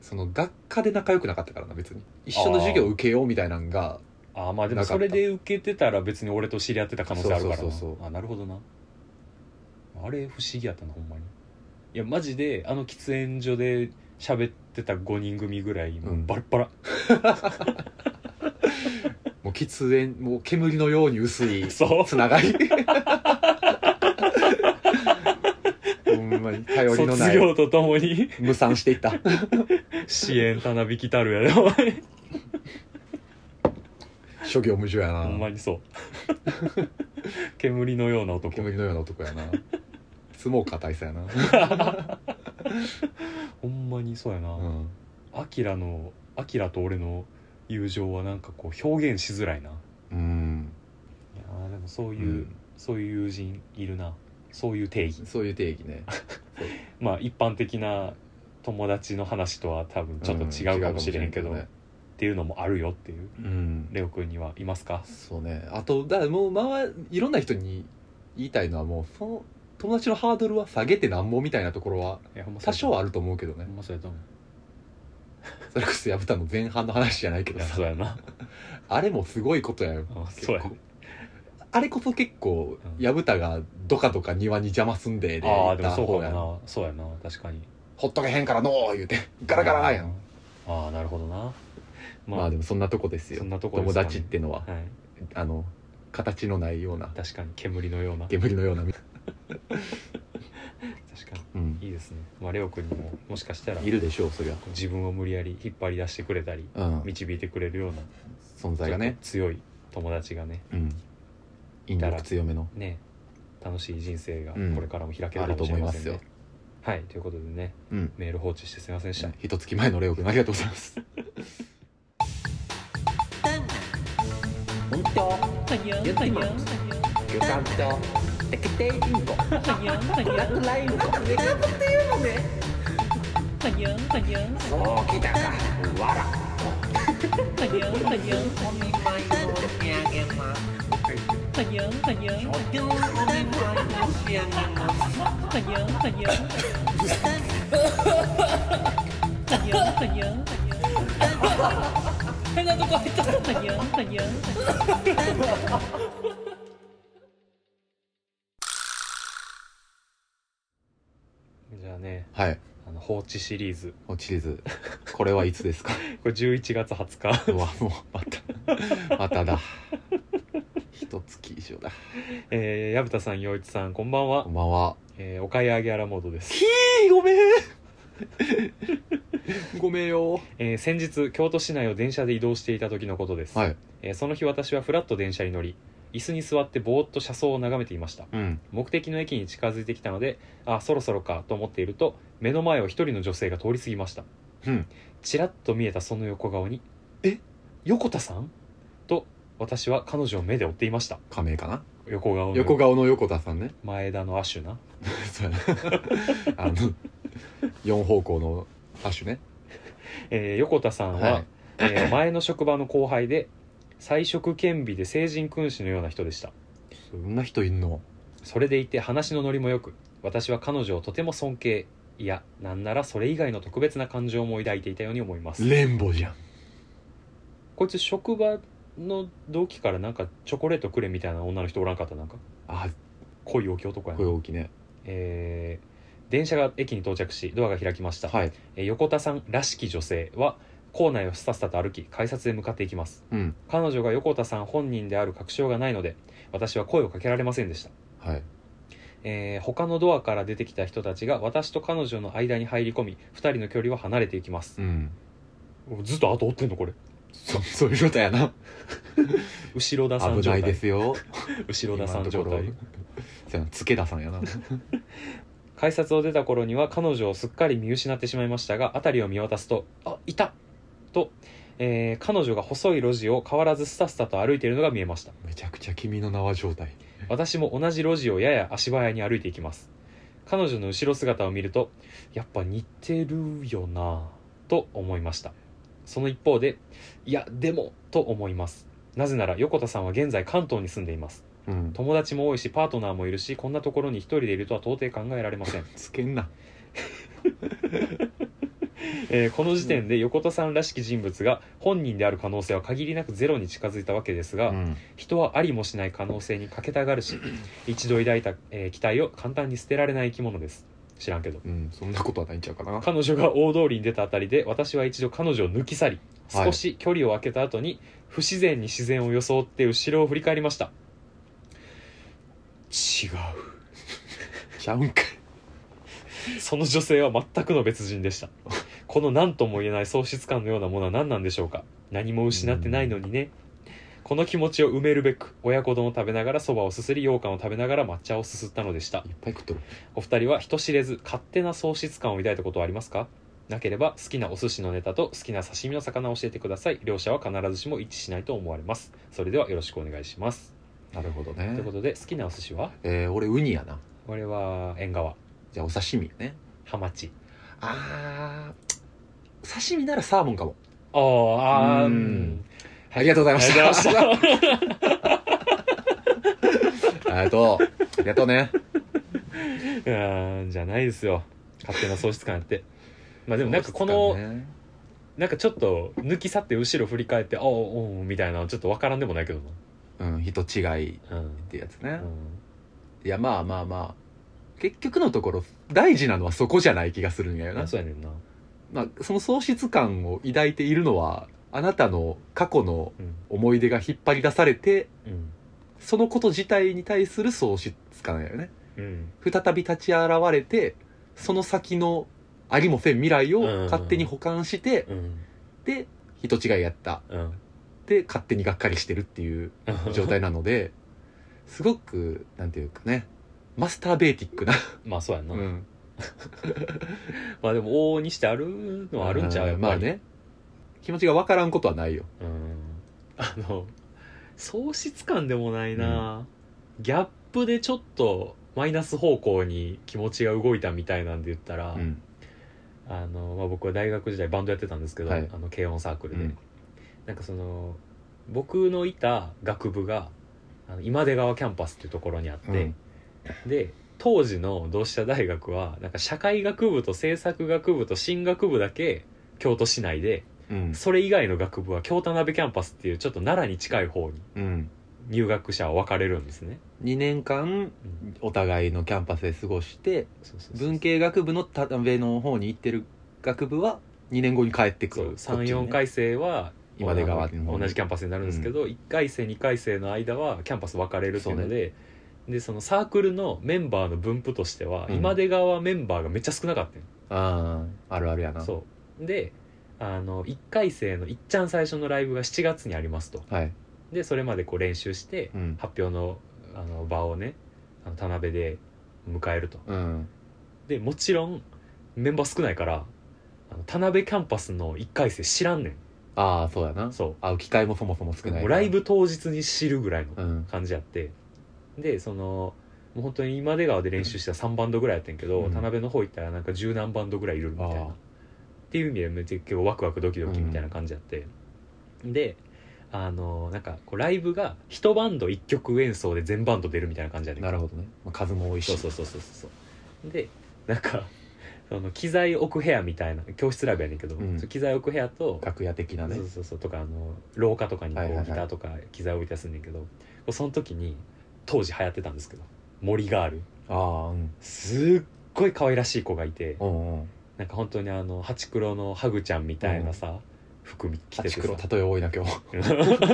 [SPEAKER 1] その学科で仲良くなかったからな別に一緒の授業受けようみたいなんが
[SPEAKER 2] ああまあでも
[SPEAKER 1] なかった
[SPEAKER 2] それで受けてたら別に俺と知り合ってた可能性あるからな
[SPEAKER 1] そうそうそうそ
[SPEAKER 2] あなるほどなあれ不思議やったなほんまにいやマジであの喫煙所で喋ってた5人組ぐらいもうバラッバラ、
[SPEAKER 1] もう喫煙もう煙のように薄い
[SPEAKER 2] そう
[SPEAKER 1] つながりほんまに頼りのな
[SPEAKER 2] 卒
[SPEAKER 1] い
[SPEAKER 2] 業とともに
[SPEAKER 1] 無賛してい った
[SPEAKER 2] 支援たなびきたるやでお前
[SPEAKER 1] 諸行無常や
[SPEAKER 2] ほんま
[SPEAKER 1] な
[SPEAKER 2] にそう 煙のような男
[SPEAKER 1] 煙のような男やなスモーカー大佐やな、
[SPEAKER 2] ほんまにそうやな
[SPEAKER 1] うん、
[SPEAKER 2] アキラのアキラと俺の友情はなんかこう表現しづらいない
[SPEAKER 1] うん、
[SPEAKER 2] やーでもそう
[SPEAKER 1] う
[SPEAKER 2] いう、
[SPEAKER 1] ん
[SPEAKER 2] そういう友人いるなそういう定義
[SPEAKER 1] そういう定義ね
[SPEAKER 2] まあ一般的な友達の話とは多分ちょっと違うかもしれへんけど、
[SPEAKER 1] う
[SPEAKER 2] っ
[SPEAKER 1] ね
[SPEAKER 2] ていうのもあるよっていう
[SPEAKER 1] うん
[SPEAKER 2] レオ君にはいますか
[SPEAKER 1] そうねあとだからもう周りいろんな人に言いたいのはもうその友達のハードルは下げてなんぼみたいなところはい
[SPEAKER 2] やほんまそ
[SPEAKER 1] 多
[SPEAKER 2] うや
[SPEAKER 1] 少はあると思うけどね
[SPEAKER 2] ほんまそうやと思う
[SPEAKER 1] それこそ薮田の前半の話じゃないけ
[SPEAKER 2] い
[SPEAKER 1] ど
[SPEAKER 2] や
[SPEAKER 1] さ
[SPEAKER 2] そうやな
[SPEAKER 1] あれもすごいことやよ
[SPEAKER 2] あそうや
[SPEAKER 1] 結構あれこそ結構
[SPEAKER 2] うん
[SPEAKER 1] 薮田がどかどか庭に邪魔すんでで行
[SPEAKER 2] ああー
[SPEAKER 1] っ
[SPEAKER 2] で
[SPEAKER 1] た
[SPEAKER 2] もそう
[SPEAKER 1] 方
[SPEAKER 2] か
[SPEAKER 1] や
[SPEAKER 2] も
[SPEAKER 1] ん
[SPEAKER 2] なそうやな確かに
[SPEAKER 1] ほっとけへんからのー言うてガラガラやん
[SPEAKER 2] ああなるほどな
[SPEAKER 1] まあでもそんなとこですよ
[SPEAKER 2] そんなとこで
[SPEAKER 1] 友
[SPEAKER 2] すかね
[SPEAKER 1] 達ってのは、
[SPEAKER 2] はい、
[SPEAKER 1] あの形のないような
[SPEAKER 2] 確かに煙のような確
[SPEAKER 1] 煙のような、
[SPEAKER 2] か
[SPEAKER 1] うん、
[SPEAKER 2] にいいですね、まあ、レオ君にももしかしたら
[SPEAKER 1] いるでしょうそりゃ、
[SPEAKER 2] 自分を無理やり引っ張り出してくれたり
[SPEAKER 1] うん、
[SPEAKER 2] 導いてくれるような
[SPEAKER 1] 存在がね、
[SPEAKER 2] ちょっと強い友達がね
[SPEAKER 1] うん、引力強めの
[SPEAKER 2] ね楽しい人生が
[SPEAKER 1] うん
[SPEAKER 2] これからも開け
[SPEAKER 1] あ
[SPEAKER 2] るか
[SPEAKER 1] ると
[SPEAKER 2] もし
[SPEAKER 1] 思
[SPEAKER 2] れ
[SPEAKER 1] い
[SPEAKER 2] ま
[SPEAKER 1] ま
[SPEAKER 2] せん
[SPEAKER 1] す
[SPEAKER 2] ね、
[SPEAKER 1] よ、
[SPEAKER 2] はいということでね
[SPEAKER 1] うん、
[SPEAKER 2] メール放置してすいませんでした、
[SPEAKER 1] 一月前のレオ君ありがとうございます
[SPEAKER 2] じゃあね
[SPEAKER 1] はい
[SPEAKER 2] あの放置シリーズ
[SPEAKER 1] もうチリー ズこれはいつですか
[SPEAKER 2] これ11月20日
[SPEAKER 1] うわもうま たまただ一月以上だ
[SPEAKER 2] えー矢蓋さん陽一さんこんばんは
[SPEAKER 1] こん、ばんは
[SPEAKER 2] えーお買い上げアラモードです
[SPEAKER 1] ご めんごめんよ
[SPEAKER 2] えー先日京都市内を電車で移動していた時のことです、
[SPEAKER 1] はい
[SPEAKER 2] えーその日私はふらっと電車に乗り椅子に座ってぼーっと車窓を眺めていました
[SPEAKER 1] うん
[SPEAKER 2] 目的の駅に近づいてきたのであそろそろかと思っていると目の前を一人の女性が通り過ぎました
[SPEAKER 1] うん
[SPEAKER 2] ちらっと見えたその横顔に「
[SPEAKER 1] え
[SPEAKER 2] 横田さん?」と私は彼女を目で追っていました
[SPEAKER 1] 仮名かな
[SPEAKER 2] 横顔の
[SPEAKER 1] 横顔の横田さんね
[SPEAKER 2] 前田の亜種な
[SPEAKER 1] そうやな あの四方向の亜種ね
[SPEAKER 2] えー横田さんは、
[SPEAKER 1] はい
[SPEAKER 2] えー前の職場の後輩で才色兼備で成人君子のような人でした
[SPEAKER 1] そんな人いんの
[SPEAKER 2] それでいて話のノリもよく私は彼女をとても尊敬いやなんならそれ以外の特別な感情も抱いていたように思います
[SPEAKER 1] レンボじゃん
[SPEAKER 2] こいつ職場の同期からなんかチョコレートくれみたいな女の人おらんかったなんか
[SPEAKER 1] あ
[SPEAKER 2] 恋大き男や
[SPEAKER 1] 声
[SPEAKER 2] な、
[SPEAKER 1] 大きいね
[SPEAKER 2] えー電車が駅に到着しドアが開きました、
[SPEAKER 1] はい
[SPEAKER 2] えー横田さんらしき女性は校内をすたすたと歩き改札へ向かっていきます
[SPEAKER 1] うん
[SPEAKER 2] 彼女が横田さん本人である確証がないので私は声をかけられませんでした、
[SPEAKER 1] はい
[SPEAKER 2] えー他のドアから出てきた人たちが私と彼女の間に入り込み2人の距離は離れていきます
[SPEAKER 1] う、ん
[SPEAKER 2] ずっと後追ってんのこれ
[SPEAKER 1] そそういうことやな
[SPEAKER 2] 後ろ田さん
[SPEAKER 1] 危
[SPEAKER 2] 状
[SPEAKER 1] な
[SPEAKER 2] 態
[SPEAKER 1] いですよ
[SPEAKER 2] 後ろ田さん状
[SPEAKER 1] 今のところ
[SPEAKER 2] 態
[SPEAKER 1] そうやなつけださんやな
[SPEAKER 2] 改札を出た頃には彼女をすっかり見失ってしまいましたが辺りを見渡すと「あいた!」と、えー彼女が細い路地を変わらずスタスタと歩いているのが見えました
[SPEAKER 1] めちゃくちゃ君の名は状態
[SPEAKER 2] 私も同じ路地をやや足早に歩いていきます彼女の後ろ姿を見るとやっぱ似てるよなぁと思いましたその一方でいやでもと思いますなぜなら横田さんは現在関東に住んでいます
[SPEAKER 1] うん
[SPEAKER 2] 友達も多いしパートナーもいるしこんなところに一人でいるとは到底考えられ ません
[SPEAKER 1] つけんな
[SPEAKER 2] えーこの時点で横田さんらしき人物が本人である可能性は限りなくゼロに近づいたわけですが、
[SPEAKER 1] うん
[SPEAKER 2] 人はありもしない可能性に欠けたが るし一度抱いた、えー期待を簡単に捨てられない生き物です知らんけど
[SPEAKER 1] うんそんなことはないんちゃうかな
[SPEAKER 2] 彼女が大通りに出たあたりで私は一度彼女を抜き去り
[SPEAKER 1] はい
[SPEAKER 2] 少し距離を空けた後に、不自然に自然を装って後ろを振り返りました違
[SPEAKER 1] ちゃうんかいう
[SPEAKER 2] その女性は全くの別人でしたこの何とも言えない喪失感のようなものは何なんでしょうか何も失ってないのにねこの気持ちを埋めるべく親子丼を食べながらそばをすすり羊羹を食べながら抹茶をすすったのでした
[SPEAKER 1] いっぱい食っとる
[SPEAKER 2] お二人は人知れず勝手な喪失感を抱いたことはありますかなければ好きなお寿司のネタと好きな刺身の魚を教えてください両者は必ずしも一致しないと思われますそれではよろしくお願いします、
[SPEAKER 1] なるほど
[SPEAKER 2] と
[SPEAKER 1] ね
[SPEAKER 2] いうことで好きなお寿司は
[SPEAKER 1] えー、俺ウニやな
[SPEAKER 2] 我は縁側
[SPEAKER 1] じゃあお刺身ね
[SPEAKER 2] ハマチ
[SPEAKER 1] あー刺身ならサーモンかも
[SPEAKER 2] あーあー
[SPEAKER 1] う
[SPEAKER 2] うんん
[SPEAKER 1] ありがとうございました
[SPEAKER 2] ありがとうございました
[SPEAKER 1] ありがとうありがとうね
[SPEAKER 2] うーんじゃ ないですよ勝手な喪失感やってまあでもなんかこ
[SPEAKER 1] そう
[SPEAKER 2] の、
[SPEAKER 1] っすかね
[SPEAKER 2] なんかちょっと抜き去って後ろ振り返ってああおうみたいなのちょっとわからんでもないけど
[SPEAKER 1] うん人違いっ
[SPEAKER 2] なうん、
[SPEAKER 1] てやつね、
[SPEAKER 2] うん
[SPEAKER 1] いやまあまあまあ結局のところ大事なのはそこじゃない気がするんやよ
[SPEAKER 2] ま
[SPEAKER 1] な
[SPEAKER 2] あ、そうやねんな
[SPEAKER 1] まあ、その喪失感を抱いているのはあなたの過去の
[SPEAKER 2] うん
[SPEAKER 1] 思い出が引っ張り出されて
[SPEAKER 2] うん
[SPEAKER 1] そのこと自体に対する喪失感やよね
[SPEAKER 2] うん
[SPEAKER 1] 再び立ち現れてその先のありもせん未来を勝手に保管して、
[SPEAKER 2] うん
[SPEAKER 1] で人違いやった
[SPEAKER 2] うん
[SPEAKER 1] で勝手にがっかりしてるっていう状態なのですごくなんていうかねマスターベーティックな、
[SPEAKER 2] まあそうやんな、
[SPEAKER 1] うん
[SPEAKER 2] まあでも往々にしてあるのはあるんちゃうやっぱ
[SPEAKER 1] まあ
[SPEAKER 2] り
[SPEAKER 1] ね気持ちがわからんことはないよ
[SPEAKER 2] うんあの喪失感でもないな、ギャップでちょっとマイナス方向に気持ちが動いたみたいなんで言ったら、
[SPEAKER 1] うん
[SPEAKER 2] あのまあ、僕は大学時代バンドやってたんですけど、
[SPEAKER 1] はい
[SPEAKER 2] あの軽音サークルで、
[SPEAKER 1] うん
[SPEAKER 2] なんかその僕のいた学部があの今出川キャンパスっていうところにあって、で当時の同志社大学はなんか社会学部と政策学部と進学部だけ京都市内で
[SPEAKER 1] うん
[SPEAKER 2] それ以外の学部は京田辺キャンパスっていうちょっと奈良に近い方に
[SPEAKER 1] うん
[SPEAKER 2] 入学者は分かれるんですね、
[SPEAKER 1] 2年間
[SPEAKER 2] うん
[SPEAKER 1] お互いのキャンパスで過ごして
[SPEAKER 2] そうそうそう
[SPEAKER 1] 文系学部のた上の方に行ってる学部は2年後に帰ってく
[SPEAKER 2] そう
[SPEAKER 1] る
[SPEAKER 2] 34回生は
[SPEAKER 1] 今出川の方に
[SPEAKER 2] 同じキャンパスになるんですけど、1回生2回生の間はキャンパス分かれるっていうのででそのサークルのメンバーの分布としては、
[SPEAKER 1] うん
[SPEAKER 2] 今出川メンバーがめっちゃ少なかったんよ
[SPEAKER 1] あああるあるやな
[SPEAKER 2] そうであの1回生のいっちゃん最初のライブが7月にありますと
[SPEAKER 1] はい
[SPEAKER 2] でそれまでこう練習して
[SPEAKER 1] うん
[SPEAKER 2] 発表のあの場をねあの田辺で迎えると
[SPEAKER 1] うん
[SPEAKER 2] でもちろんメンバー少ないからあの田辺キャンパスの1回生知らんね
[SPEAKER 1] ああそうやなん
[SPEAKER 2] そ
[SPEAKER 1] 会う機会もそもそも
[SPEAKER 2] う
[SPEAKER 1] 少ない
[SPEAKER 2] も
[SPEAKER 1] か
[SPEAKER 2] う
[SPEAKER 1] ら
[SPEAKER 2] ライブ当日に知るぐらいの
[SPEAKER 1] うん
[SPEAKER 2] 感じやってでそのもう本当に今出川で練習した3バンドぐらいやってんけど、
[SPEAKER 1] うん
[SPEAKER 2] 田辺の方行ったらなんか十何バンドぐらいいるみたいな
[SPEAKER 1] ああ
[SPEAKER 2] っていう意味でめっちゃ結構ワクワクドキドキみたいな感じやって、であのなんかこうライブが一バンド1曲演奏で全バンド出るみたいな感じやねん
[SPEAKER 1] なるほどねまあ数も多いし
[SPEAKER 2] そうそうそうそうそうでなんかその機材置く部屋みたいな教室ライブやねんけど、
[SPEAKER 1] うん
[SPEAKER 2] その機材置く部屋と
[SPEAKER 1] 楽屋的なね
[SPEAKER 2] そうそうそうとかあの廊下とかにこ
[SPEAKER 1] はいはいは
[SPEAKER 2] う
[SPEAKER 1] い
[SPEAKER 2] ギターとか機材置いてすんねんけど、その時に当時流行ってたんですけど森ガール
[SPEAKER 1] ああうん
[SPEAKER 2] すっごい可愛らしい子がいて
[SPEAKER 1] うんうん
[SPEAKER 2] なんか本当にあのハチクロのハグちゃんみたいなさ、服着て
[SPEAKER 1] ハ
[SPEAKER 2] て
[SPEAKER 1] チクロ
[SPEAKER 2] さ
[SPEAKER 1] 例え多いな 今日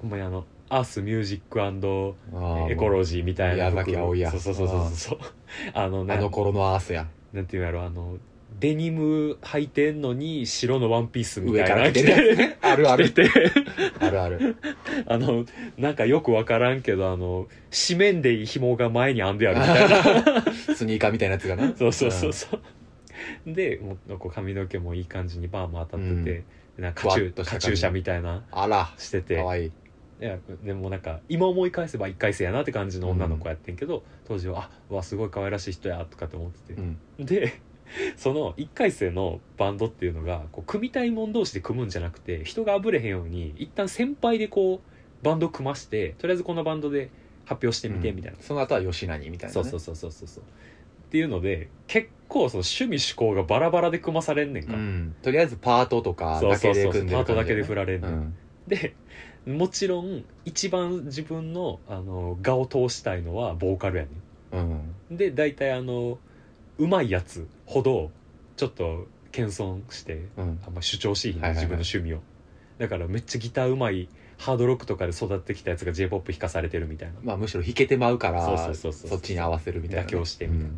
[SPEAKER 2] ほんまにあのアースミュージッ
[SPEAKER 1] あ
[SPEAKER 2] ク
[SPEAKER 1] ー
[SPEAKER 2] エコロジーみたいな
[SPEAKER 1] 矢崎葵や
[SPEAKER 2] そうそうそうそうそうあの
[SPEAKER 1] あ
[SPEAKER 2] な
[SPEAKER 1] の頃のアースや
[SPEAKER 2] なんていうんやろあのデニム履いてんのに白のワンピースみ
[SPEAKER 1] 上
[SPEAKER 2] たい
[SPEAKER 1] か
[SPEAKER 2] な
[SPEAKER 1] ら
[SPEAKER 2] の
[SPEAKER 1] 来てるやつ
[SPEAKER 2] 着
[SPEAKER 1] ね あるあ
[SPEAKER 2] て
[SPEAKER 1] る
[SPEAKER 2] て
[SPEAKER 1] あるある
[SPEAKER 2] あの、なんかよくわからんけど、あの、紙面でいい紐が前に編んであるみたい な。
[SPEAKER 1] スニーカーみたいなやつがな
[SPEAKER 2] そうそうそうそう。で、もうこう髪の毛もいい感じにバーも当たってて、なんかカチ
[SPEAKER 1] ふわっ
[SPEAKER 2] ュ
[SPEAKER 1] とした
[SPEAKER 2] カ
[SPEAKER 1] 感じ
[SPEAKER 2] チューシャみたいな
[SPEAKER 1] あら
[SPEAKER 2] してて、
[SPEAKER 1] かわいい
[SPEAKER 2] いやでもなんか今思い返せば一回生やなって感じの女の子やってんけど、当時は「あわすごい可愛らしい人や」とかって思ってて、
[SPEAKER 1] うん
[SPEAKER 2] でその1回生のバンドっていうのがこう組みたいもん同士で組むんじゃなくて人があぶれへんように一旦先輩でこうバンド組ましてとりあえずこのバンドで発表してみてみたいな、
[SPEAKER 1] その後は吉何みたいな
[SPEAKER 2] そうそうそうそうそうそうっていうので結構その趣味趣向がバラバラで組まされんねんか、
[SPEAKER 1] うんとりあえずパートとか
[SPEAKER 2] そう
[SPEAKER 1] だ
[SPEAKER 2] そ
[SPEAKER 1] け
[SPEAKER 2] うそ
[SPEAKER 1] で
[SPEAKER 2] うパ
[SPEAKER 1] 組んでる
[SPEAKER 2] ートだけで振
[SPEAKER 1] 感
[SPEAKER 2] られん
[SPEAKER 1] じ
[SPEAKER 2] ね
[SPEAKER 1] や
[SPEAKER 2] ん
[SPEAKER 1] ね
[SPEAKER 2] でもちろん一番自分のあの画を通したいのはボーカルやね
[SPEAKER 1] うんうん
[SPEAKER 2] んで大体あのうまいやつほどちょっと謙遜して
[SPEAKER 1] うん
[SPEAKER 2] あんま主張しいひんね
[SPEAKER 1] はいはい
[SPEAKER 2] 自
[SPEAKER 1] はい
[SPEAKER 2] 分の趣味をだからめっちゃギターうまいハードロックとかで育ってきたやつが j p o p 弾かされてるみたいな
[SPEAKER 1] まあむしろ弾けてまうから
[SPEAKER 2] そうそうそうそう
[SPEAKER 1] そっちに合わせるみたいな
[SPEAKER 2] 妥協してみたいな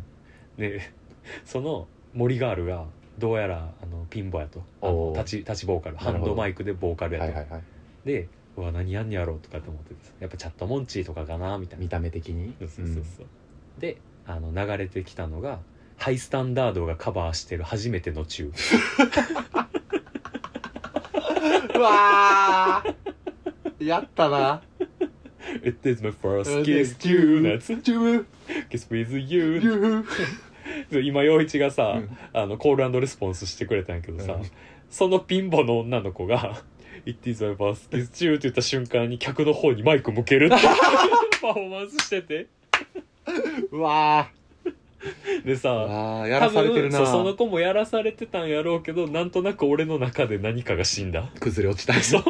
[SPEAKER 2] で その森ガールがどうやらあのピンボやとあの
[SPEAKER 1] おー
[SPEAKER 2] 立ち立ちボーカル
[SPEAKER 1] なるほ
[SPEAKER 2] ハ
[SPEAKER 1] ど
[SPEAKER 2] ンドマイクでボーカル
[SPEAKER 1] うん
[SPEAKER 2] やと、
[SPEAKER 1] はいはいは
[SPEAKER 2] でうわ何やんねやろうとかって思っててやっぱチャットモンチーとかかなみた
[SPEAKER 1] い
[SPEAKER 2] いな
[SPEAKER 1] 見た目的に
[SPEAKER 2] そうそうそうそうであの流れてきたのがハイスタンダードがカバーしてる初めてのチュー
[SPEAKER 1] うんうわーやったな
[SPEAKER 2] It is my first
[SPEAKER 1] キ
[SPEAKER 2] kiss you のやつ
[SPEAKER 1] チュー
[SPEAKER 2] Kiss with
[SPEAKER 1] チ
[SPEAKER 2] you
[SPEAKER 1] ュー
[SPEAKER 2] 今陽一がさ、
[SPEAKER 1] うん
[SPEAKER 2] あのコールレスポンスしてくれたんやけどさ、
[SPEAKER 1] うん
[SPEAKER 2] そのピンボの女の子が 「It is my first kiss you」って言った瞬間に客の方にマイク向けるって パフォーマンスしてて
[SPEAKER 1] うわ
[SPEAKER 2] でさ
[SPEAKER 1] ーあーやらされてるな
[SPEAKER 2] 多分そうその子もやらされてたんやろうけどなんとなく俺の中で何かが死んだ
[SPEAKER 1] 崩れ落ちた
[SPEAKER 2] そう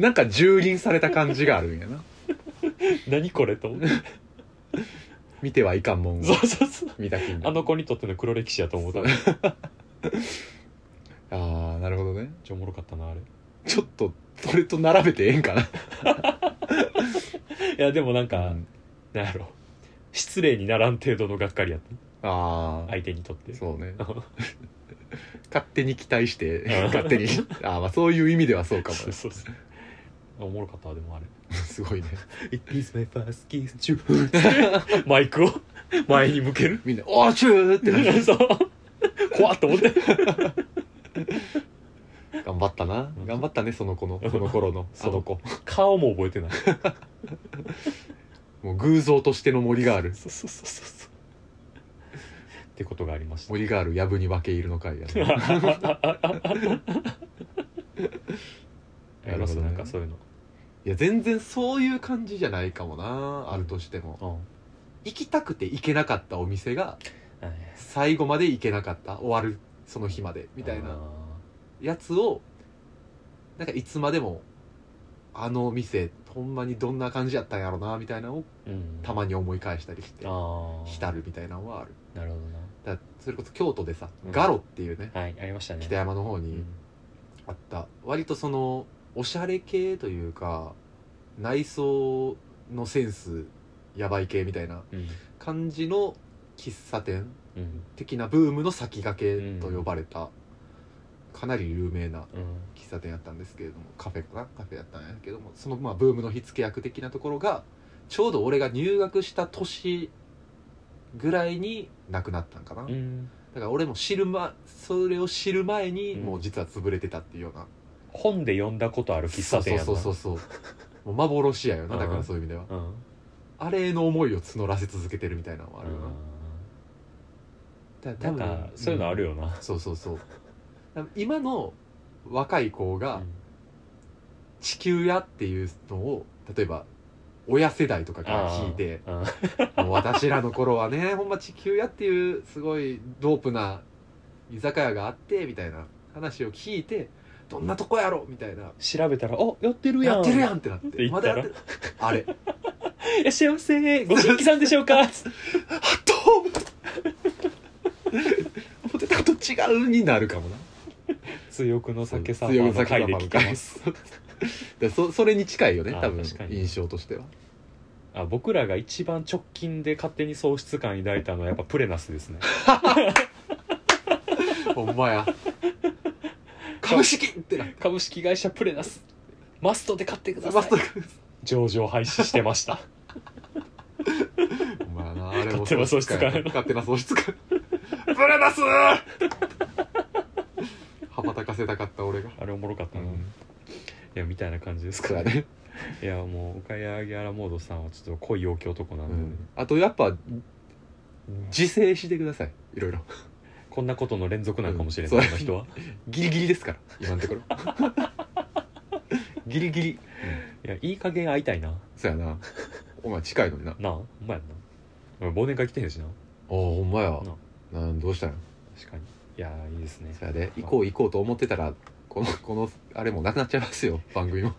[SPEAKER 1] なんか蹂躙された感じがあるんやな
[SPEAKER 2] 何これと思って
[SPEAKER 1] 見てはいかんもんを
[SPEAKER 2] そうそうそう
[SPEAKER 1] 見た気に
[SPEAKER 2] あの子にとっての黒歴史やと思った
[SPEAKER 1] ああ
[SPEAKER 2] ちゃおもろかったなあれ
[SPEAKER 1] ちょっとそれと並べてええんかな、
[SPEAKER 2] いやでもなんか、
[SPEAKER 1] うん
[SPEAKER 2] なんやろ失礼にならん程度のがっかりやった
[SPEAKER 1] ああ、
[SPEAKER 2] 相手にとって
[SPEAKER 1] そうね勝手に期待して勝手にああまあそういう意味ではそうかも
[SPEAKER 2] そうそうそうあおもろかったわでもあれ
[SPEAKER 1] すごいね
[SPEAKER 2] It is my first kiss to マイクを前に向 ける
[SPEAKER 1] みんな「おーチュー!」ってなる
[SPEAKER 2] そう怖っと思って
[SPEAKER 1] 頑張ったな
[SPEAKER 2] うん
[SPEAKER 1] 頑張ったねその子のその頃のあ
[SPEAKER 2] そう
[SPEAKER 1] の子
[SPEAKER 2] 顔も覚えてない
[SPEAKER 1] もう偶像としての森がある
[SPEAKER 2] そうそうそうそうそうってことがありま した
[SPEAKER 1] 森があるやぶに分け入るの会やね
[SPEAKER 2] あり
[SPEAKER 1] なるほ
[SPEAKER 2] ます
[SPEAKER 1] どね
[SPEAKER 2] なんかそういうの
[SPEAKER 1] いや全然そういう感じじゃないかもなあるとしても、行きたくて行けなかったお店が
[SPEAKER 2] はい
[SPEAKER 1] 最後まで行けなかった終わるその日までみたい
[SPEAKER 2] あ
[SPEAKER 1] なやつをなんかいつまでもあのお店ほんまにどんな感じやったんやろなみたいなのを
[SPEAKER 2] ーうん
[SPEAKER 1] たまに思い返したりして
[SPEAKER 2] ああ
[SPEAKER 1] 浸るみたいなのはある
[SPEAKER 2] なるほ
[SPEAKER 1] だからそれこそ京都でさ、
[SPEAKER 2] うん
[SPEAKER 1] ガロっていうね
[SPEAKER 2] どなはいありましたね
[SPEAKER 1] 北山の方
[SPEAKER 2] う
[SPEAKER 1] に
[SPEAKER 2] ん
[SPEAKER 1] あった、割とそのおしゃれ系というか内装のセンスやばい系みたいな
[SPEAKER 2] うん
[SPEAKER 1] 感じの喫茶店
[SPEAKER 2] うん
[SPEAKER 1] 的なブームの先駆けと呼ばれた、かなり有名な
[SPEAKER 2] うん
[SPEAKER 1] 喫茶店やったんですけれどもカフェかなカフェやったんやけどもそのまあブームの火付け役的なところがちょうど俺が入学した年ぐらいに亡くなったんかな、
[SPEAKER 2] う
[SPEAKER 1] だ
[SPEAKER 2] ん
[SPEAKER 1] から俺も知る、ま、それを知る前に
[SPEAKER 2] うん
[SPEAKER 1] もう実は潰れてたっていうような、
[SPEAKER 2] 本で読んだことある喫茶店やな
[SPEAKER 1] そうそうそうそうもう幻やよなだか
[SPEAKER 2] う
[SPEAKER 1] ら
[SPEAKER 2] ん
[SPEAKER 1] そういう意味では、
[SPEAKER 2] うん
[SPEAKER 1] あれの思いを募らせ続けてるみたいなのもあるよな、だ
[SPEAKER 2] な
[SPEAKER 1] 多
[SPEAKER 2] ん
[SPEAKER 1] 分
[SPEAKER 2] かそういうのあるよな
[SPEAKER 1] そうそうそうだから今の若い子が、地球屋っていうのを例えば親世代とかから聞いて
[SPEAKER 2] あーあ
[SPEAKER 1] もう私らの頃はね ほんま地球屋っていうすごいドープな居酒屋があってみたいな話を聞いてどんなとこやろみたいな
[SPEAKER 2] ー調べたら「おやってるや
[SPEAKER 1] や
[SPEAKER 2] ん」
[SPEAKER 1] ってるやんってなって
[SPEAKER 2] 言
[SPEAKER 1] ま
[SPEAKER 2] っ
[SPEAKER 1] だ
[SPEAKER 2] た
[SPEAKER 1] や
[SPEAKER 2] ら
[SPEAKER 1] ってるあれ
[SPEAKER 2] いらっしゃいませご新規さんでしょ うか
[SPEAKER 1] どうも 思ってたと違うになるかもな
[SPEAKER 2] 強くの酒さん
[SPEAKER 1] 強
[SPEAKER 2] の
[SPEAKER 1] い酒
[SPEAKER 2] 回で
[SPEAKER 1] 様
[SPEAKER 2] 聞
[SPEAKER 1] の
[SPEAKER 2] き
[SPEAKER 1] 会
[SPEAKER 2] ます
[SPEAKER 1] だ からそそれに近いよね
[SPEAKER 2] あー
[SPEAKER 1] 多分
[SPEAKER 2] 確かに
[SPEAKER 1] 印象としては
[SPEAKER 2] あ僕らが一番直近で勝手に喪失感抱いたのはやっぱプレナ スですね
[SPEAKER 1] ほんまや 株式ってな
[SPEAKER 2] 株式会社プレナスマストで買ってくださ
[SPEAKER 1] マ
[SPEAKER 2] い
[SPEAKER 1] スター
[SPEAKER 2] 上場廃止してました
[SPEAKER 1] お前なあれも
[SPEAKER 2] 勝手な喪失感やな
[SPEAKER 1] 勝手な喪失 感ブレ ナスー羽ばたかせたかった俺が
[SPEAKER 2] あれおもろかった
[SPEAKER 1] う
[SPEAKER 2] な、い
[SPEAKER 1] ん
[SPEAKER 2] やみたいな感じです
[SPEAKER 1] そ
[SPEAKER 2] か
[SPEAKER 1] う
[SPEAKER 2] ら
[SPEAKER 1] やね、
[SPEAKER 2] いやもう岡谷アラモードさんはちょっと濃い陽気男な
[SPEAKER 1] うん
[SPEAKER 2] でね、
[SPEAKER 1] ん、あとやっぱ自制してくださいいろいろ
[SPEAKER 2] こんなことの連続なんかもしれない、
[SPEAKER 1] うん
[SPEAKER 2] この人は
[SPEAKER 1] ギリギリですから今のとこ ろ ギリギリ
[SPEAKER 2] いやいい加減会いたいな
[SPEAKER 1] そうやなお前近いのにな
[SPEAKER 2] なあほんまやんな俺忘年会来てへんしな
[SPEAKER 1] ああほんまやなんどうしたん
[SPEAKER 2] 確かにいやいいですね
[SPEAKER 1] そやで行こう行こうと思ってたらこの このあれもなくなっちゃいますよ番 組も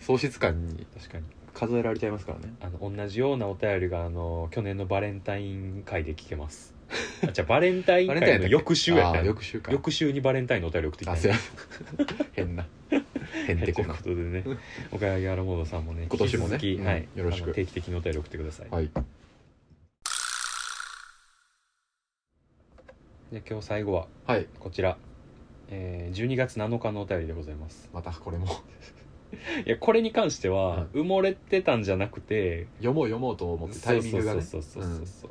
[SPEAKER 1] 喪失感に
[SPEAKER 2] 確かに
[SPEAKER 1] 数えられちゃいますからね
[SPEAKER 2] あの同じようなお便りがあの去年のバレンタイン会で聞けますあじゃあバレンタイン
[SPEAKER 1] バレンタイ
[SPEAKER 2] 会
[SPEAKER 1] ンだ
[SPEAKER 2] の
[SPEAKER 1] っけ
[SPEAKER 2] 翌週やった
[SPEAKER 1] あー
[SPEAKER 2] んや
[SPEAKER 1] 翌週か
[SPEAKER 2] 翌週にバレンタインのお便り送ってきた
[SPEAKER 1] あ
[SPEAKER 2] ん
[SPEAKER 1] そう
[SPEAKER 2] や
[SPEAKER 1] や 変な変
[SPEAKER 2] は
[SPEAKER 1] っ
[SPEAKER 2] い
[SPEAKER 1] て
[SPEAKER 2] と
[SPEAKER 1] こ
[SPEAKER 2] いう
[SPEAKER 1] な
[SPEAKER 2] ことでね岡谷アラモードさんもね
[SPEAKER 1] 今年もね
[SPEAKER 2] 引き続き、
[SPEAKER 1] うん
[SPEAKER 2] はい、
[SPEAKER 1] よろしく
[SPEAKER 2] あの定期的にお便り送ってください、
[SPEAKER 1] はい
[SPEAKER 2] で今日最後は
[SPEAKER 1] はい
[SPEAKER 2] こちら、えー、12月7日のお便りでございます
[SPEAKER 1] またこれも
[SPEAKER 2] いやこれに関しては
[SPEAKER 1] は、
[SPEAKER 2] 埋もれてたんじゃなくて
[SPEAKER 1] 読もう読もうと思ってタイミングがね
[SPEAKER 2] そうそうそう
[SPEAKER 1] う
[SPEAKER 2] そうんそう、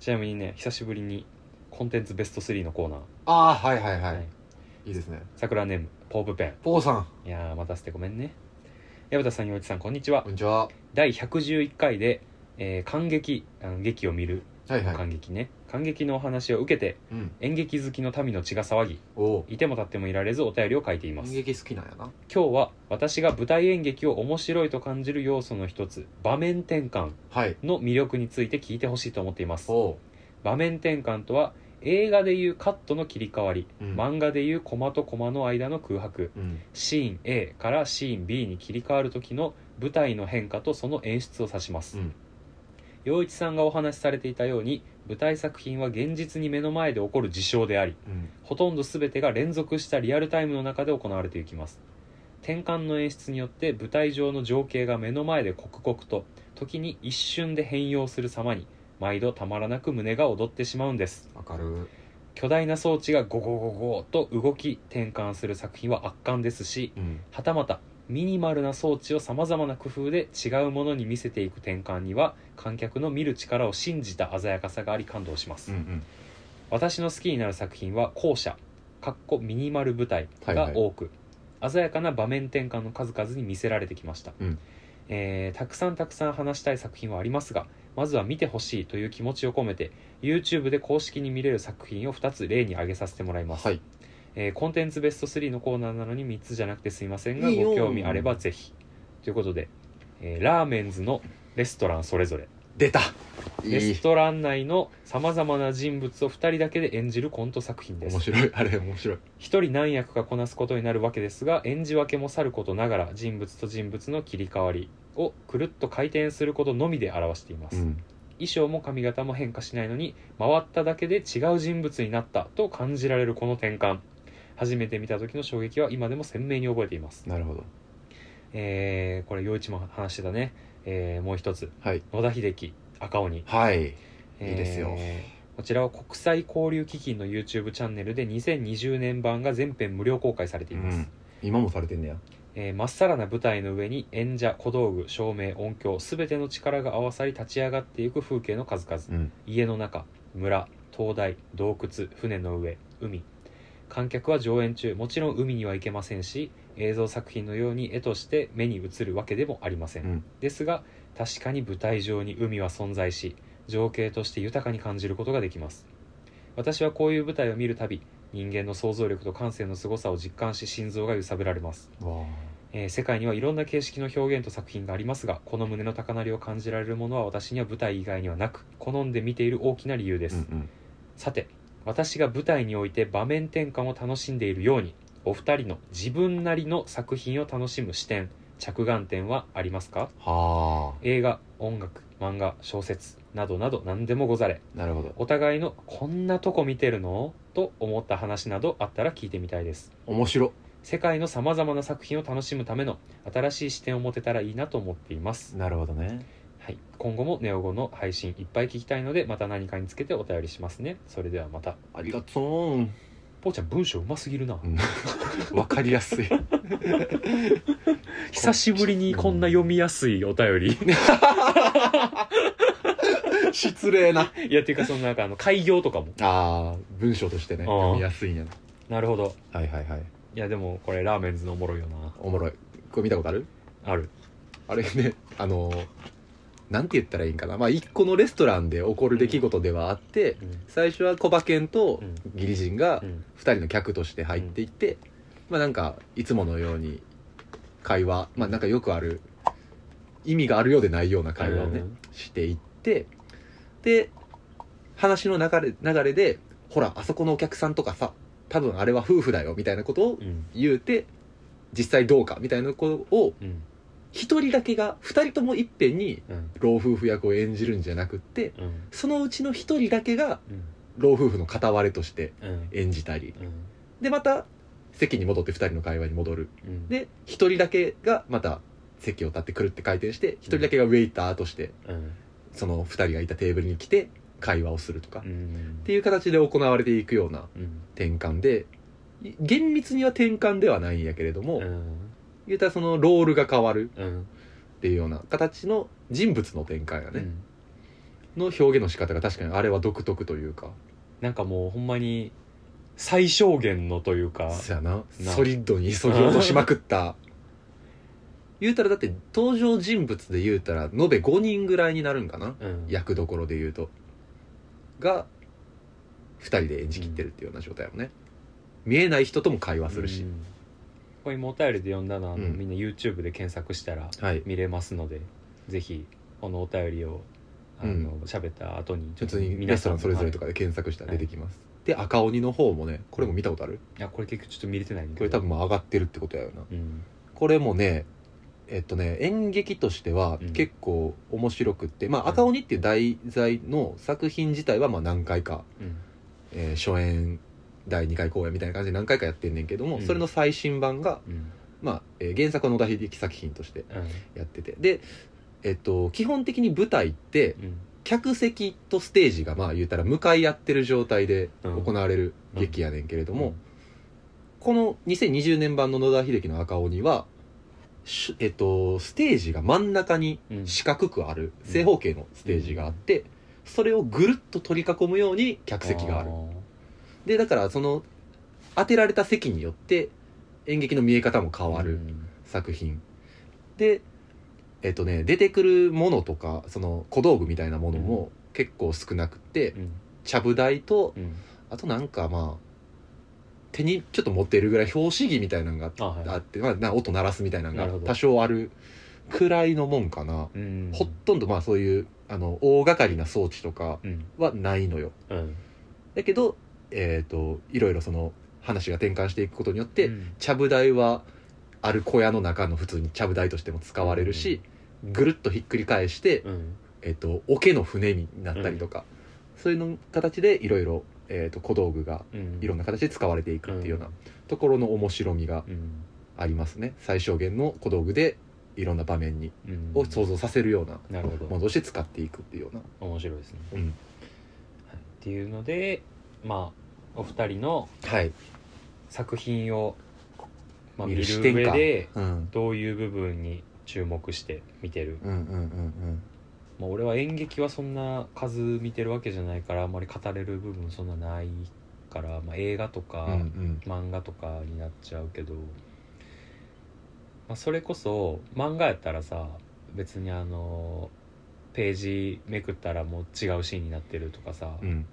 [SPEAKER 2] ちなみにね久しぶりにコンテンツベスト3のコーナー
[SPEAKER 1] ああはいはいは
[SPEAKER 2] はい
[SPEAKER 1] いいいですね
[SPEAKER 2] 桜ネームポープペン
[SPEAKER 1] ポーさん
[SPEAKER 2] いやー待たせてごめんね矢田さん陽一さんこんにちは
[SPEAKER 1] こんにちは
[SPEAKER 2] 第111回で、えー、感激あの劇を見る
[SPEAKER 1] はいはい
[SPEAKER 2] 感激ね、感激のお話を受けて
[SPEAKER 1] うん
[SPEAKER 2] 演劇好きの民の血が騒ぎ
[SPEAKER 1] おお
[SPEAKER 2] いても立ってもいられずお便りを書いていま
[SPEAKER 1] 演
[SPEAKER 2] す
[SPEAKER 1] 劇好きなんやな
[SPEAKER 2] 今日は私が舞台演劇を面白いと感じる要素の一つ場面転換
[SPEAKER 1] はい
[SPEAKER 2] の魅力について聞いてほしいと思っています
[SPEAKER 1] おお
[SPEAKER 2] 場面転換とは映画でいうカットの切り替わり、
[SPEAKER 1] うん
[SPEAKER 2] 漫画でいうコマとコマの間の空白
[SPEAKER 1] うん
[SPEAKER 2] シーン A からシーン B に切り替わる時の舞台の変化とその演出を指します、
[SPEAKER 1] うん
[SPEAKER 2] 陽一さんがお話しされていたように舞台作品は現実に目の前で起こる事象であり
[SPEAKER 1] うん
[SPEAKER 2] ほとんど全てが連続したリアルタイムの中で行われていきます転換の演出によって舞台上の情景が目の前で刻々と時に一瞬で変容する様に毎度たまらなく胸が躍ってしまうんです
[SPEAKER 1] わかる
[SPEAKER 2] 巨大な装置がゴゴゴゴと動き転換する作品は圧巻ですし
[SPEAKER 1] うん
[SPEAKER 2] はたまたミニマルな装置をさまざまな工夫で違うものに見せていく転換には観客の見る力を信じた鮮やかさがあり感動します、
[SPEAKER 1] うんうん
[SPEAKER 2] 私の好きになる作品は後者かっこミニマル舞台が多く、鮮やかな場面転換の数々に見せられてきました、
[SPEAKER 1] うん
[SPEAKER 2] えーたくさんたくさん話したい作品はありますがまずは見てほしいという気持ちを込めて YouTube で公式に見れる作品を2つ例に挙げさせてもらいます、
[SPEAKER 1] はい
[SPEAKER 2] えーコンテンツベスト3のコーナーなのに3つじゃなくてすいませんが
[SPEAKER 1] いいよ
[SPEAKER 2] ご興味あればぜひということで、えーラーメンズのレストランそれぞれ
[SPEAKER 1] 出たい
[SPEAKER 2] レ
[SPEAKER 1] い
[SPEAKER 2] ストラン内のさまざまな人物を2人だけで演じるコント作品で
[SPEAKER 1] 面
[SPEAKER 2] す
[SPEAKER 1] 白い あれ面白い
[SPEAKER 2] 一人何役かこなすことになるわけですが演じ分けもさることながら人物と人物の切り替わりをくるっと回転することのみで表していま
[SPEAKER 1] う
[SPEAKER 2] す、
[SPEAKER 1] ん
[SPEAKER 2] 衣装も髪型も変化しないのに回っただけで違う人物になったと感じられるこの転換初めて見た時の衝撃は今でも鮮明に覚えています、
[SPEAKER 1] なるほど
[SPEAKER 2] えー、これ陽一も話してたね、えーもう一つ
[SPEAKER 1] はい
[SPEAKER 2] 野田秀樹赤鬼
[SPEAKER 1] はい
[SPEAKER 2] えー
[SPEAKER 1] いいですよ
[SPEAKER 2] こちらは国際交流基金の YouTube チャンネルで2020年版が全編無料公開されています、
[SPEAKER 1] うん今もされてんねや
[SPEAKER 2] えーまっさらな舞台の上に演者小道具照明音響全ての力が合わさり立ち上がっていく風景の数々、
[SPEAKER 1] うん
[SPEAKER 2] 家の中村灯台洞窟船の上海観客は上演中もちろん海には行けませんし映像作品のように絵として目に映るわけでもありません、
[SPEAKER 1] うん
[SPEAKER 2] ですが確かに舞台上に海は存在し情景として豊かに感じることができます私はこういう舞台を見るたび人間の想像力と感性の凄さを実感し心臓が揺さぶられます
[SPEAKER 1] わ
[SPEAKER 2] えー世界にはいろんな形式の表現と作品がありますがこの胸の高鳴りを感じられるものは私には舞台以外にはなく好んで見ている大きな理由で
[SPEAKER 1] う
[SPEAKER 2] す、
[SPEAKER 1] んうん
[SPEAKER 2] さて私が舞台において場面転換を楽しんでいるようにお二人の自分なりの作品を楽しむ視点着眼点はありますか
[SPEAKER 1] は
[SPEAKER 2] 映画音楽漫画小説などなど何でもござれ
[SPEAKER 1] あなるほど
[SPEAKER 2] お互いの「こんなとこ見てるの?」と思った話などあったら聞いてみたいです
[SPEAKER 1] 面白
[SPEAKER 2] 世界のさまざまな作品を楽しむための新しい視点を持てたらいいなと思っています、
[SPEAKER 1] なるほどね
[SPEAKER 2] はい、今後もネオ5の配信いっぱい聞きたいのでまた何かにつけてお便りしますねそれではまた
[SPEAKER 1] ありがとうん
[SPEAKER 2] ぽーちゃん文章うますぎるな、
[SPEAKER 1] わかりや すい
[SPEAKER 2] 久しぶりにこんな読みやすいお便り
[SPEAKER 1] 失礼ない
[SPEAKER 2] や っていうかそのなんかあの開業とかも
[SPEAKER 1] ああ文章としてね
[SPEAKER 2] あー
[SPEAKER 1] 読みやすいんやな
[SPEAKER 2] なるほど
[SPEAKER 1] はいはいはい
[SPEAKER 2] いやでもこれラーメンズのおもろいよな
[SPEAKER 1] おもろいこれ見たことある
[SPEAKER 2] ある
[SPEAKER 1] あれねあのーなんて言ったらいいんかなまあ一個のレストランで起こる出来事ではあって、
[SPEAKER 2] うん
[SPEAKER 1] 最初はコバケンと
[SPEAKER 2] うん
[SPEAKER 1] ギリ人が
[SPEAKER 2] うん
[SPEAKER 1] 2人の客として入っていって、まあなんかいつものように会話まあなんかよくある意味があるようでないような会話をね、
[SPEAKER 2] うん
[SPEAKER 1] していってで話の流れ流れでほらあそこのお客さんとかさ多分あれは夫婦だよみたいなことを
[SPEAKER 2] うん
[SPEAKER 1] 言うて実際どうかみたいなことを
[SPEAKER 2] うん
[SPEAKER 1] 一人だけが二人ともいっぺんに
[SPEAKER 2] うん
[SPEAKER 1] 老夫婦役を演じるんじゃなくって
[SPEAKER 2] うん
[SPEAKER 1] そのうちの一人だけが
[SPEAKER 2] うん
[SPEAKER 1] 老夫婦の片割れとして
[SPEAKER 2] うん
[SPEAKER 1] 演じたり
[SPEAKER 2] うん
[SPEAKER 1] でまた席に戻って二人の会話に戻る
[SPEAKER 2] うん
[SPEAKER 1] で一人だけがまた席を立ってくるって回転して一人だけがウェイターとして
[SPEAKER 2] うん
[SPEAKER 1] その二人がいたテーブルに来て会話をするとか、
[SPEAKER 2] う
[SPEAKER 1] っ
[SPEAKER 2] ん
[SPEAKER 1] ていう形で行われていくような
[SPEAKER 2] うん
[SPEAKER 1] 転換でい厳密には転換ではないんやけれども、
[SPEAKER 2] うん
[SPEAKER 1] 言うたらそのロールが変わる
[SPEAKER 2] うん
[SPEAKER 1] っていうような形の人物の転換や
[SPEAKER 2] う
[SPEAKER 1] ね、
[SPEAKER 2] ん
[SPEAKER 1] の表現の仕方が確かにあれは独特というか
[SPEAKER 2] なんかもうほんまに最小限のというか
[SPEAKER 1] そやな
[SPEAKER 2] な
[SPEAKER 1] ソリッドに急ぎ落としまくった 言うたらだって登場人物で言うたら延べ5人ぐらいになるんかな
[SPEAKER 2] うん
[SPEAKER 1] 役どころで言うとが2人で演じきってるっていうような状態もね、見えない人とも会話するし
[SPEAKER 2] う、んこれ今お便りで読んだのはあの、
[SPEAKER 1] うん
[SPEAKER 2] みんな YouTube で検索したら
[SPEAKER 1] はい
[SPEAKER 2] 見れますのでぜひこのお便りをあの
[SPEAKER 1] う
[SPEAKER 2] 喋った後に
[SPEAKER 1] 普通にレストランそれぞれとかで検索したら出てきます、で赤鬼の方もねこれも見たことある
[SPEAKER 2] いやこれ結局ちょっと見れてないんだけ
[SPEAKER 1] これ
[SPEAKER 2] ど
[SPEAKER 1] 多分もう上がってるってことやよな
[SPEAKER 2] うん
[SPEAKER 1] これもねえっとね演劇としては
[SPEAKER 2] うん
[SPEAKER 1] 結構面白くって、ま
[SPEAKER 2] うん
[SPEAKER 1] あ赤鬼っていう題材の作品自体はまあ何回か、
[SPEAKER 2] うん
[SPEAKER 1] えー初演第2回公演みたいな感じで何回かやってんねんけども、
[SPEAKER 2] うん
[SPEAKER 1] それの最新版が、
[SPEAKER 2] うん
[SPEAKER 1] まあえー原作は野田秀樹作品として
[SPEAKER 2] うん
[SPEAKER 1] やっててで、えっと、基本的に舞台って
[SPEAKER 2] うん
[SPEAKER 1] 客席とステージがまあ言うたら向かい合ってる状態で
[SPEAKER 2] うん
[SPEAKER 1] 行われる劇やねんけれども、この2020年版の野田秀樹の赤鬼は、しえっと、ステージが真ん中に
[SPEAKER 2] うん
[SPEAKER 1] 四角くある正方形のステージがあって、それをぐるっと取り囲むように客席がある
[SPEAKER 2] ー
[SPEAKER 1] でだからその当てられた席によって演劇の見え方も変わ
[SPEAKER 2] う
[SPEAKER 1] る
[SPEAKER 2] ん
[SPEAKER 1] 作品、でえっとね出てくるものとかその小道具みたいなものも結構少なくて、
[SPEAKER 2] うん
[SPEAKER 1] ちゃぶ台と
[SPEAKER 2] うん
[SPEAKER 1] あとなんかまあ手にちょっと持ってるぐらい表紙着みたいなのが
[SPEAKER 2] あはい
[SPEAKER 1] あって、まあ、な音鳴らすみたいなの
[SPEAKER 2] なるほ
[SPEAKER 1] が
[SPEAKER 2] ど
[SPEAKER 1] 多少あるくらいのもんかな、
[SPEAKER 2] うん
[SPEAKER 1] ほとんどまあそういうあの大掛かりな装置とか
[SPEAKER 2] うん
[SPEAKER 1] はないのよ
[SPEAKER 2] うん
[SPEAKER 1] だけどえっ、といろいろその話が転換していくことによって、
[SPEAKER 2] うん
[SPEAKER 1] ちゃぶ台はある小屋の中の普通にちゃぶ台としても使われるし、ぐるっとひっくり返して、
[SPEAKER 2] うん
[SPEAKER 1] えっと桶の船になったりとか、そういうの形でいろいろ、えー、と小道具が
[SPEAKER 2] うん
[SPEAKER 1] いろんな形で使われていくっていうような
[SPEAKER 2] うん
[SPEAKER 1] ところの面白みが
[SPEAKER 2] うん
[SPEAKER 1] ありますね最小限の小道具でいろんな場面に
[SPEAKER 2] うん
[SPEAKER 1] を想像させるような
[SPEAKER 2] なるほど
[SPEAKER 1] ものとして使っていくっていうような、
[SPEAKER 2] 面白いですね、
[SPEAKER 1] うん
[SPEAKER 2] はい、っていうのでまあお二人の
[SPEAKER 1] はい、
[SPEAKER 2] 作品を、まあ、見
[SPEAKER 1] 見
[SPEAKER 2] る
[SPEAKER 1] る
[SPEAKER 2] 上
[SPEAKER 1] 視点か
[SPEAKER 2] で
[SPEAKER 1] うん、うん
[SPEAKER 2] どういう部分に注目して見てる、
[SPEAKER 1] うんうん
[SPEAKER 2] まあ、俺は演劇はそんな数見てるわけじゃないからあんまり語れる部分そんなないから、まあ、映画とか、
[SPEAKER 1] うんうんうん
[SPEAKER 2] 漫画とかになっちゃうけど、まあ、それこそ漫画やったらさ別にあのページめくったらもう違うシーンになってるとかさ、
[SPEAKER 1] うん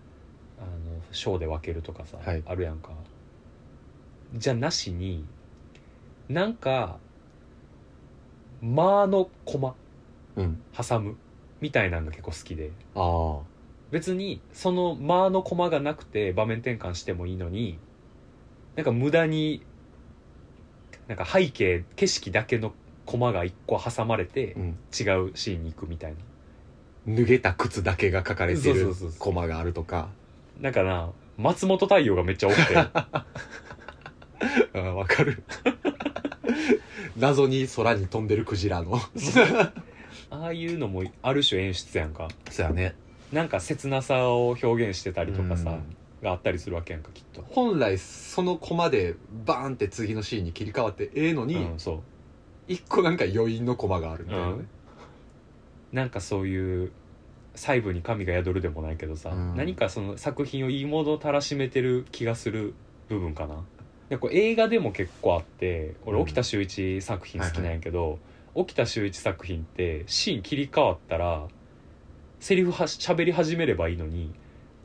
[SPEAKER 2] あの章で分けるとかさ、
[SPEAKER 1] はい
[SPEAKER 2] あるやんかじゃなしになんか「間のコマ
[SPEAKER 1] うん
[SPEAKER 2] 挟む」みたいなのが結構好きで
[SPEAKER 1] ああ
[SPEAKER 2] 別にその「間のコマがなくて場面転換してもいいのになんか無駄になんか背景景色だけのコマが一個挟まれて
[SPEAKER 1] うん
[SPEAKER 2] 違うシーンに行くみたいな
[SPEAKER 1] 脱げた靴だけが書かれて
[SPEAKER 2] そう
[SPEAKER 1] る
[SPEAKER 2] そうそうそう
[SPEAKER 1] コマがあるとか
[SPEAKER 2] なんかな松本太陽がめっちゃ多く て
[SPEAKER 1] あわかる 謎に空に飛んでるクジ ラの
[SPEAKER 2] ああいうのもある種演出やんか
[SPEAKER 1] そうやね
[SPEAKER 2] なんか切なさを表現してたりとかさ、
[SPEAKER 1] うん
[SPEAKER 2] があったりするわけやんかきっと、
[SPEAKER 1] 本来そのコマでバーンって次のシーンに切り替わってええのに、
[SPEAKER 2] うん、そ
[SPEAKER 1] 一個なんか余韻のコマがある
[SPEAKER 2] う、
[SPEAKER 1] み
[SPEAKER 2] う
[SPEAKER 1] たいなね、
[SPEAKER 2] ん、なんかそういう細部に神が宿るでもないけどさ、
[SPEAKER 1] うん
[SPEAKER 2] 何かその作品をいいものたらしめてる気がする部分かなでこれ映画でも結構あって俺
[SPEAKER 1] うん
[SPEAKER 2] 沖田修一作品好きなんやけど、沖田修一作品ってシーン切り替わったらセリフはしゃべり始めればいいのに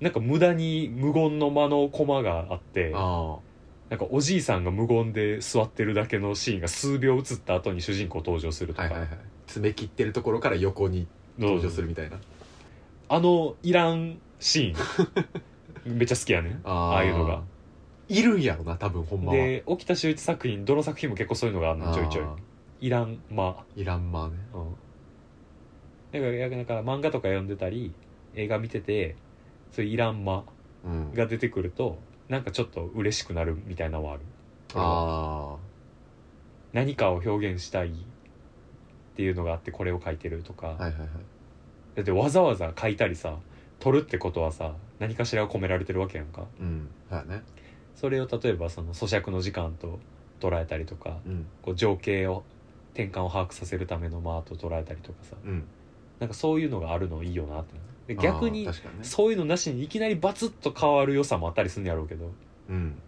[SPEAKER 2] なんか無駄に無言の間のコマがあって
[SPEAKER 1] あ
[SPEAKER 2] なんかおじいさんが無言で座ってるだけのシーンが数秒映った後に主人公登場する
[SPEAKER 1] あ
[SPEAKER 2] と
[SPEAKER 1] は
[SPEAKER 2] か、
[SPEAKER 1] いはいはい爪切ってるところから横に登場するみたいな、
[SPEAKER 2] あのいらんシー ンめっちゃ好きやねん
[SPEAKER 1] あ
[SPEAKER 2] ああいうのが
[SPEAKER 1] いるんやろな多分ほんまは
[SPEAKER 2] で沖田修一作品どの作品も結構そういうのがあるのちょいちょ
[SPEAKER 1] あ
[SPEAKER 2] いいらん間、
[SPEAKER 1] ーいらんまあね
[SPEAKER 2] うん、だからいやだから漫画とか読んでたり映画見ててそういういらん間
[SPEAKER 1] うん
[SPEAKER 2] が出てくるとなんかちょっと嬉しくなるみたいなのはある
[SPEAKER 1] あ
[SPEAKER 2] 何かを表現したいっていうのがあってこれを書いてるとか、
[SPEAKER 1] あはいはいはい
[SPEAKER 2] だってわざわざ書いたりさ取るってことはさ何かしらを込められてるわけやんか
[SPEAKER 1] うんそうやね
[SPEAKER 2] それを例えばその咀嚼の時間と捉えたりとか
[SPEAKER 1] うん
[SPEAKER 2] こう情景を転換を把握させるための間と捉えたりとかさ
[SPEAKER 1] うん
[SPEAKER 2] なんかそういうのがあるのいいよなってで
[SPEAKER 1] あー
[SPEAKER 2] 逆に
[SPEAKER 1] 確かにね
[SPEAKER 2] そういうのなしにいきなりバツッと変わる良さもあったりするんやろうけど
[SPEAKER 1] うん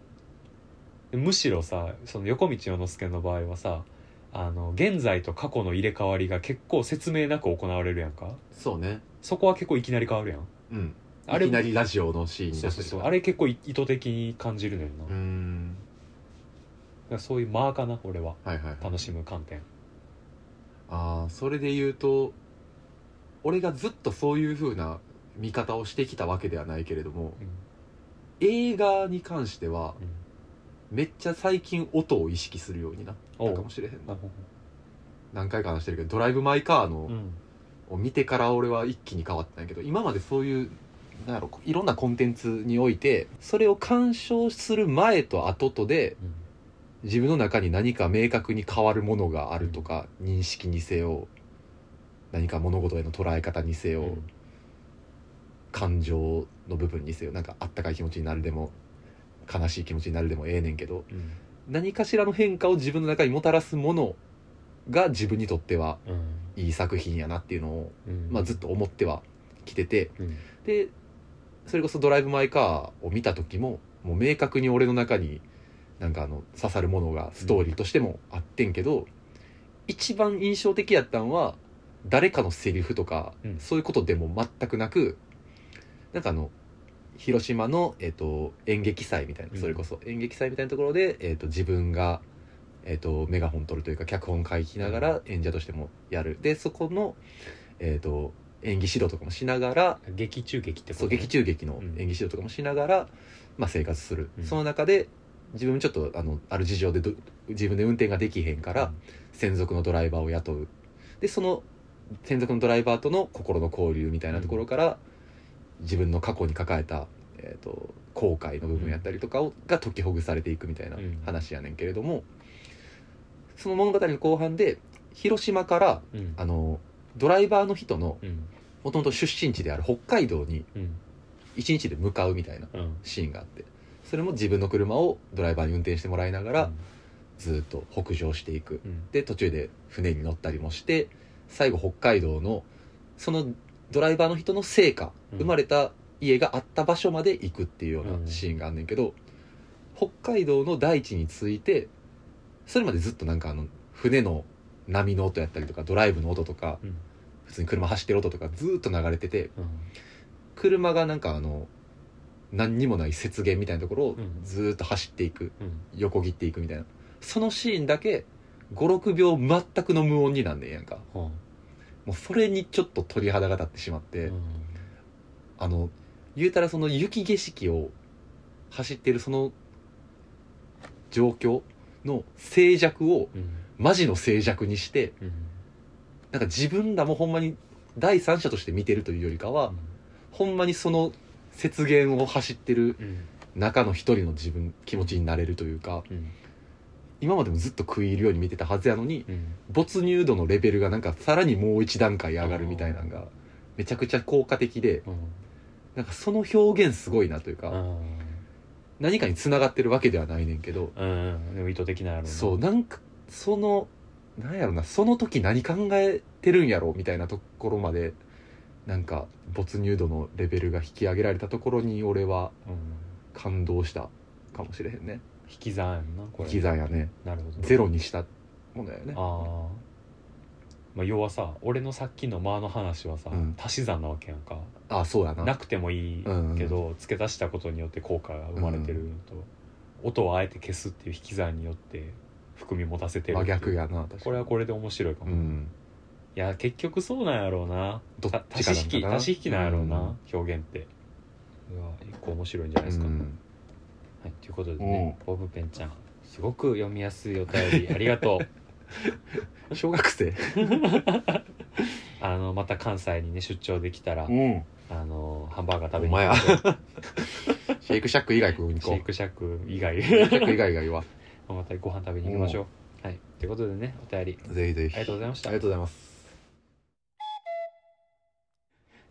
[SPEAKER 2] でむしろさその横道世之助の場合はさあの現在と過去の入れ替わりが結構説明なく行われるやんか
[SPEAKER 1] そうね
[SPEAKER 2] そこは結構いきなり変わるやん
[SPEAKER 1] うん
[SPEAKER 2] あ
[SPEAKER 1] い
[SPEAKER 2] れ
[SPEAKER 1] きなりラジオのシーンに
[SPEAKER 2] そ
[SPEAKER 1] な
[SPEAKER 2] う
[SPEAKER 1] った
[SPEAKER 2] そう
[SPEAKER 1] り
[SPEAKER 2] そ
[SPEAKER 1] と
[SPEAKER 2] う
[SPEAKER 1] か
[SPEAKER 2] あれ結構い意図的に感じるのよな、
[SPEAKER 1] うーん
[SPEAKER 2] だからそういう間かな俺は
[SPEAKER 1] はいはい
[SPEAKER 2] 楽しむ観点
[SPEAKER 1] ああそれで言うと俺がずっとそういう風な見方をしてきたわけではないけれども
[SPEAKER 2] うん
[SPEAKER 1] 映画に関しては
[SPEAKER 2] うん
[SPEAKER 1] めっちゃ最近音を意識するようになった
[SPEAKER 2] おう
[SPEAKER 1] かもしれへんな
[SPEAKER 2] なるほ
[SPEAKER 1] 何回か話してるけど「ドライブ・マイ・カーの」
[SPEAKER 2] うん
[SPEAKER 1] を見てから俺は一気に変わったんやけど今までそういうなんやろいろんなコンテンツにおいてそれを鑑賞する前と後とで
[SPEAKER 2] うん
[SPEAKER 1] 自分の中に何か明確に変わるものがあるとか、認識にせよ何か物事への捉え方にせよ、
[SPEAKER 2] うん
[SPEAKER 1] 感情の部分にせよなんかあったかい気持ちになるでも悲しい気持ちになるでもええねんけど
[SPEAKER 2] うん
[SPEAKER 1] 何かしらの変化を自分の中にもたらすものが自分にとっては
[SPEAKER 2] うん
[SPEAKER 1] いい作品やなっていうのを、
[SPEAKER 2] うん
[SPEAKER 1] まあ、ずっと思ってはきてて
[SPEAKER 2] うん
[SPEAKER 1] でそれこそ「ドライブ・マイ・カー」を見た時ももう明確に俺の中になんかあの刺さるものがストーリーとしてもあってんけど、一番印象的やったんは誰かのセリフとか、
[SPEAKER 2] うん
[SPEAKER 1] そういうことでも全くなくなんかあの広島の、えっと演劇祭みたいな
[SPEAKER 2] うん
[SPEAKER 1] それこそ演劇祭みたいなところで、えっと自分が、えっとメガホン取るというか脚本書きながら演者としてもやるでそこの、えっと演技指導とかもしながら
[SPEAKER 2] 劇中劇ってこと
[SPEAKER 1] そう劇中劇の演技指導とかもしながら、まあ、生活する、
[SPEAKER 2] うん
[SPEAKER 1] その中で自分ちょっとあのある事情でど自分で運転ができへんから、専属のドライバーを雇うでその専属のドライバーとの心の交流みたいなところから、自分の過去に抱えた、えー、と後悔の部分やったりとかを、が解きほぐされていくみたいな
[SPEAKER 2] うん
[SPEAKER 1] 話やねんけれども、その物語の後半で広島から
[SPEAKER 2] うんうん
[SPEAKER 1] あのドライバーの人の
[SPEAKER 2] うん
[SPEAKER 1] もともと出身地である北海道に
[SPEAKER 2] うん
[SPEAKER 1] 1日で向かうみたいな
[SPEAKER 2] うん
[SPEAKER 1] シーンがあってそれも自分の車をドライバーに運転してもらいながらずっと北上していく
[SPEAKER 2] うん
[SPEAKER 1] で途中で船に乗ったりもして最後北海道のそのドライバーの人の生家
[SPEAKER 2] うん
[SPEAKER 1] 生まれた家があった場所まで行くっていうよう
[SPEAKER 2] う
[SPEAKER 1] なんシーンがあんねんけど北海道の大地についてそれまでずっとなんかあの船の波の音やったりとかドライブの音とか
[SPEAKER 2] うん
[SPEAKER 1] 普通に車走ってる音とかずっと流れてて
[SPEAKER 2] うん
[SPEAKER 1] 車がなんかあの何にもない雪原みたいなところを
[SPEAKER 2] うん
[SPEAKER 1] ずーっと走っていく
[SPEAKER 2] うん
[SPEAKER 1] 横切っていくみたいなそのシーンだけ56秒全くの無音になんねんやんか
[SPEAKER 2] うん
[SPEAKER 1] もうそれにちょっと鳥肌が立ってしまって、
[SPEAKER 2] うん
[SPEAKER 1] あの言うたらその雪景色を走ってるその状況の静寂を
[SPEAKER 2] うん
[SPEAKER 1] マジの静寂にして
[SPEAKER 2] うん
[SPEAKER 1] なんか自分らもほんまに第三者として見てるというよりかは、ほんまにその雪原を走ってる
[SPEAKER 2] うん
[SPEAKER 1] 中の一人の自分気持ちになれるというか
[SPEAKER 2] うん
[SPEAKER 1] 今までもずっと食い入るように見てたはずやのに
[SPEAKER 2] うん
[SPEAKER 1] 没入度のレベルがなんかさらにもう一段階上がるみたいなのがめちゃくちゃ効果的で
[SPEAKER 2] うん
[SPEAKER 1] なんかその表現すごいなというか何かに繋がってるわけではないねんけど
[SPEAKER 2] うんでも意図的なんやろな
[SPEAKER 1] そうなんかそのなんやろなその時何考えてるんやろみたいなところまでなんか没入度のレベルが引き上げられたところに俺は
[SPEAKER 2] うん
[SPEAKER 1] 感動したかもしれへんね
[SPEAKER 2] 引き算やんなこ
[SPEAKER 1] 引
[SPEAKER 2] れ
[SPEAKER 1] き算やね
[SPEAKER 2] なるほど
[SPEAKER 1] ゼロにしたものだよね
[SPEAKER 2] ああまあ要はさ俺のさっきの間の話はさ
[SPEAKER 1] うん
[SPEAKER 2] 足し算なわけやんか
[SPEAKER 1] あそうやな
[SPEAKER 2] なくてもいいけど付け足したことによって効果が生まれてるのと音をあえて消すっていう引き算によって含み持たせてるっ
[SPEAKER 1] 真
[SPEAKER 2] ていう
[SPEAKER 1] 逆やな確かに
[SPEAKER 2] これはこれで面白いか
[SPEAKER 1] う
[SPEAKER 2] もい
[SPEAKER 1] ん
[SPEAKER 2] や結局そうなんやろうな
[SPEAKER 1] どっちか
[SPEAKER 2] た足し引き
[SPEAKER 1] なんかな
[SPEAKER 2] 足し引きなんやろう
[SPEAKER 1] う
[SPEAKER 2] なん表現っていや一個面白いんじゃないですか
[SPEAKER 1] う
[SPEAKER 2] はい
[SPEAKER 1] ん
[SPEAKER 2] ということでねボブペンちゃんすごく読みやすいお便りあり がとう
[SPEAKER 1] 小学生
[SPEAKER 2] あのまた関西にね出張できたら
[SPEAKER 1] ん
[SPEAKER 2] あのハンバーガー食べ
[SPEAKER 1] お
[SPEAKER 2] に
[SPEAKER 1] 前
[SPEAKER 2] 行
[SPEAKER 1] や
[SPEAKER 2] こう
[SPEAKER 1] シェイクシャック以外食いに行
[SPEAKER 2] シェ
[SPEAKER 1] こ
[SPEAKER 2] イ
[SPEAKER 1] う
[SPEAKER 2] クシャック 以外
[SPEAKER 1] シェイクシャック以外がいいわ
[SPEAKER 2] またご飯食べに行きましょう。はい、ということでね、お便り
[SPEAKER 1] ぜひぜ
[SPEAKER 2] あ
[SPEAKER 1] ひ
[SPEAKER 2] りがとうございまし
[SPEAKER 1] あ
[SPEAKER 2] た。
[SPEAKER 1] りが
[SPEAKER 2] い
[SPEAKER 1] とうございます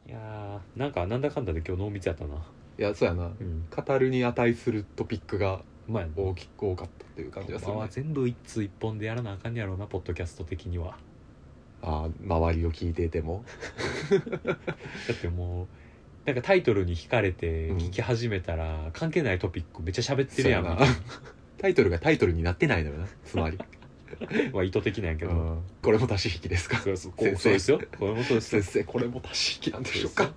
[SPEAKER 2] やーなんかなんだかんだで今日濃密やったな。
[SPEAKER 1] いやそうやな
[SPEAKER 2] うん、
[SPEAKER 1] 語るに値するトピックが
[SPEAKER 2] うまいな。
[SPEAKER 1] 大きく多かったという感じがす
[SPEAKER 2] ほ
[SPEAKER 1] る、
[SPEAKER 2] んま
[SPEAKER 1] ね
[SPEAKER 2] は、全部一通一本でやらなあかんねやろうな、ポッドキャスト的には。
[SPEAKER 1] あー周りを聞いていても
[SPEAKER 2] だってもう、なんかタイトルに惹かれて
[SPEAKER 1] うん
[SPEAKER 2] 聞き始めたら、関係ないトピックめっちゃ喋ってるやん。
[SPEAKER 1] そう
[SPEAKER 2] ま
[SPEAKER 1] なタイトルがタイトルになってないのよなつまり、
[SPEAKER 2] あ意図的なんやけ
[SPEAKER 1] う
[SPEAKER 2] ど。
[SPEAKER 1] ん、これも足し引きですか
[SPEAKER 2] そうそうこ
[SPEAKER 1] 先
[SPEAKER 2] う
[SPEAKER 1] 生
[SPEAKER 2] そうですよ。これもそうですよ
[SPEAKER 1] 先。生これも足し引きなんでしょうか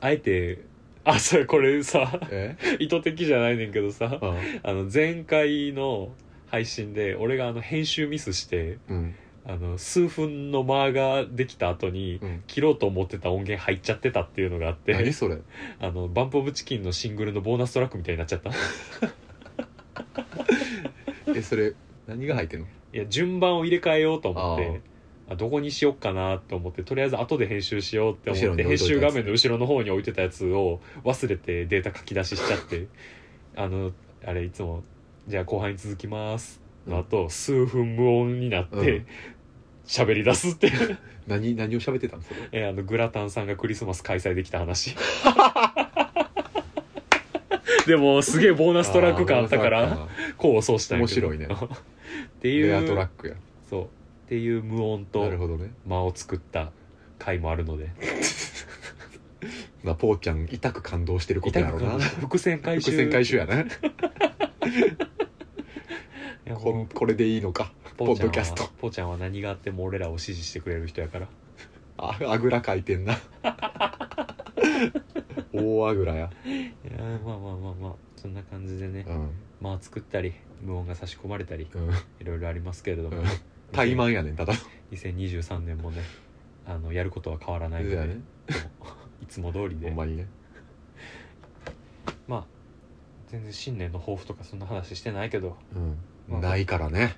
[SPEAKER 2] あえて、あ、それこれさ、
[SPEAKER 1] え、
[SPEAKER 2] 意図的じゃないねんけどさ、
[SPEAKER 1] う
[SPEAKER 2] あの前回の配信で俺があの編集ミスして、
[SPEAKER 1] んうん
[SPEAKER 2] あの数分の間ができた後に
[SPEAKER 1] うん、
[SPEAKER 2] 切ろうと思ってた音源入っちゃってたっていうのがあっ
[SPEAKER 1] 何
[SPEAKER 2] て
[SPEAKER 1] それ
[SPEAKER 2] あのバンプ・オブ・チキンのシングルのボーナストラックみたいになっちゃった
[SPEAKER 1] えそれ何が入ってんの
[SPEAKER 2] いや順番を入れ替えようと思っ
[SPEAKER 1] あ
[SPEAKER 2] てあどこにしよっかなと思ってとりあえず後で編集しようって
[SPEAKER 1] 後
[SPEAKER 2] 思
[SPEAKER 1] ろ
[SPEAKER 2] って
[SPEAKER 1] に置いと
[SPEAKER 2] 編
[SPEAKER 1] いた
[SPEAKER 2] 集
[SPEAKER 1] やつ
[SPEAKER 2] 画面の後ろの方に置いてたやつを忘れてデータ書き出ししちゃって あのあれいつも「じゃあ後半に続きます」の後、数分無音になっ
[SPEAKER 1] う
[SPEAKER 2] て
[SPEAKER 1] ん
[SPEAKER 2] 喋、り出すっていう
[SPEAKER 1] 何何を喋ってたのそれ
[SPEAKER 2] えあのグラタンさんがクリスマス開催できた 話でもすげえボーナストラック感あったから功を奏したんやけど
[SPEAKER 1] 面白いね
[SPEAKER 2] っていう
[SPEAKER 1] レアトラックや
[SPEAKER 2] そうっていう無音
[SPEAKER 1] なる
[SPEAKER 2] と
[SPEAKER 1] ほどね
[SPEAKER 2] 間を作った回もあるので
[SPEAKER 1] まあポーちゃん痛く感動してることやろうな
[SPEAKER 2] 痛くか 伏線回収
[SPEAKER 1] 伏線回収や な
[SPEAKER 2] いや
[SPEAKER 1] こ
[SPEAKER 2] も
[SPEAKER 1] んこれでいいのか
[SPEAKER 2] う
[SPEAKER 1] ポ
[SPEAKER 2] ポ
[SPEAKER 1] ッ
[SPEAKER 2] ーちゃ
[SPEAKER 1] ド
[SPEAKER 2] んは
[SPEAKER 1] キャスト
[SPEAKER 2] ポーちゃんは何があっても俺らを支持してくれる人やから
[SPEAKER 1] ああぐらかいて んな大あぐらや、
[SPEAKER 2] いやーまあまあまあまあそんな感じでね
[SPEAKER 1] うん
[SPEAKER 2] 間を作ったり無音が差し込まれたり
[SPEAKER 1] うん
[SPEAKER 2] いろいろありますけれど
[SPEAKER 1] う
[SPEAKER 2] も
[SPEAKER 1] ん怠慢やねんただ
[SPEAKER 2] 2023年もねあのやることは変わらないの
[SPEAKER 1] そうや
[SPEAKER 2] で、
[SPEAKER 1] ね
[SPEAKER 2] いつも通 り
[SPEAKER 1] ほ
[SPEAKER 2] で
[SPEAKER 1] んまにね
[SPEAKER 2] まあ全然新年の抱負とかそんな話してないけど
[SPEAKER 1] うんないからね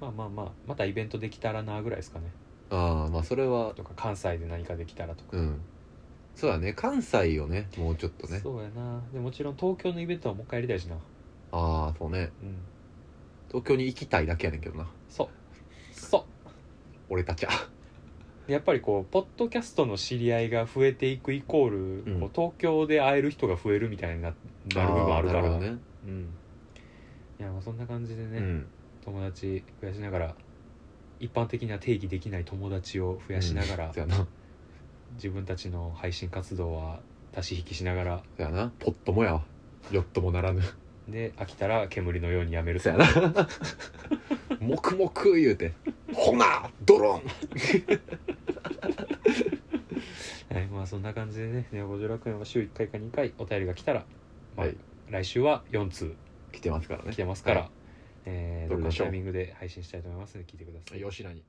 [SPEAKER 2] まあまあまあまたイベントできたらなぐらいですかね
[SPEAKER 1] ああまあそれは
[SPEAKER 2] とか関西で何かできたらとか、
[SPEAKER 1] うんそうだね関西をねもうちょっとね
[SPEAKER 2] そうやなでもちろん東京のイベントはもう一回やりたいしな
[SPEAKER 1] ああそうね
[SPEAKER 2] うん
[SPEAKER 1] 東京に行きたいだけやねんけどな
[SPEAKER 2] そうそ
[SPEAKER 1] 俺たちは
[SPEAKER 2] うでやっぱりこうポッドキャストの知り合いが増えていくイコール、
[SPEAKER 1] うん
[SPEAKER 2] こう東京で会える人が増えるみたいにななる部分あるか
[SPEAKER 1] あーな
[SPEAKER 2] ら
[SPEAKER 1] ほどね
[SPEAKER 2] うんいやまあそんな感じでね、
[SPEAKER 1] うん
[SPEAKER 2] 友達増やしながら一般的には定義できない友達を増やしながら、
[SPEAKER 1] そうやなそう
[SPEAKER 2] 自分たちの配信活動は足し引きしながら
[SPEAKER 1] やなポットもやわよっともならぬ
[SPEAKER 2] で飽きたら煙のようにやめる
[SPEAKER 1] そうやな黙々言うてほなドロン
[SPEAKER 2] はい、まあそんな感じでね、ネオ五十楽園は週1回か2回お便りが来たら、まあ
[SPEAKER 1] はい
[SPEAKER 2] 来週は4通
[SPEAKER 1] 来てますからね
[SPEAKER 2] 来てますから、
[SPEAKER 1] は
[SPEAKER 2] えー
[SPEAKER 1] 撮り
[SPEAKER 2] どっか
[SPEAKER 1] ま
[SPEAKER 2] の
[SPEAKER 1] しょう
[SPEAKER 2] タイミングで配信したいと思いますので聞いてください。
[SPEAKER 1] い吉田に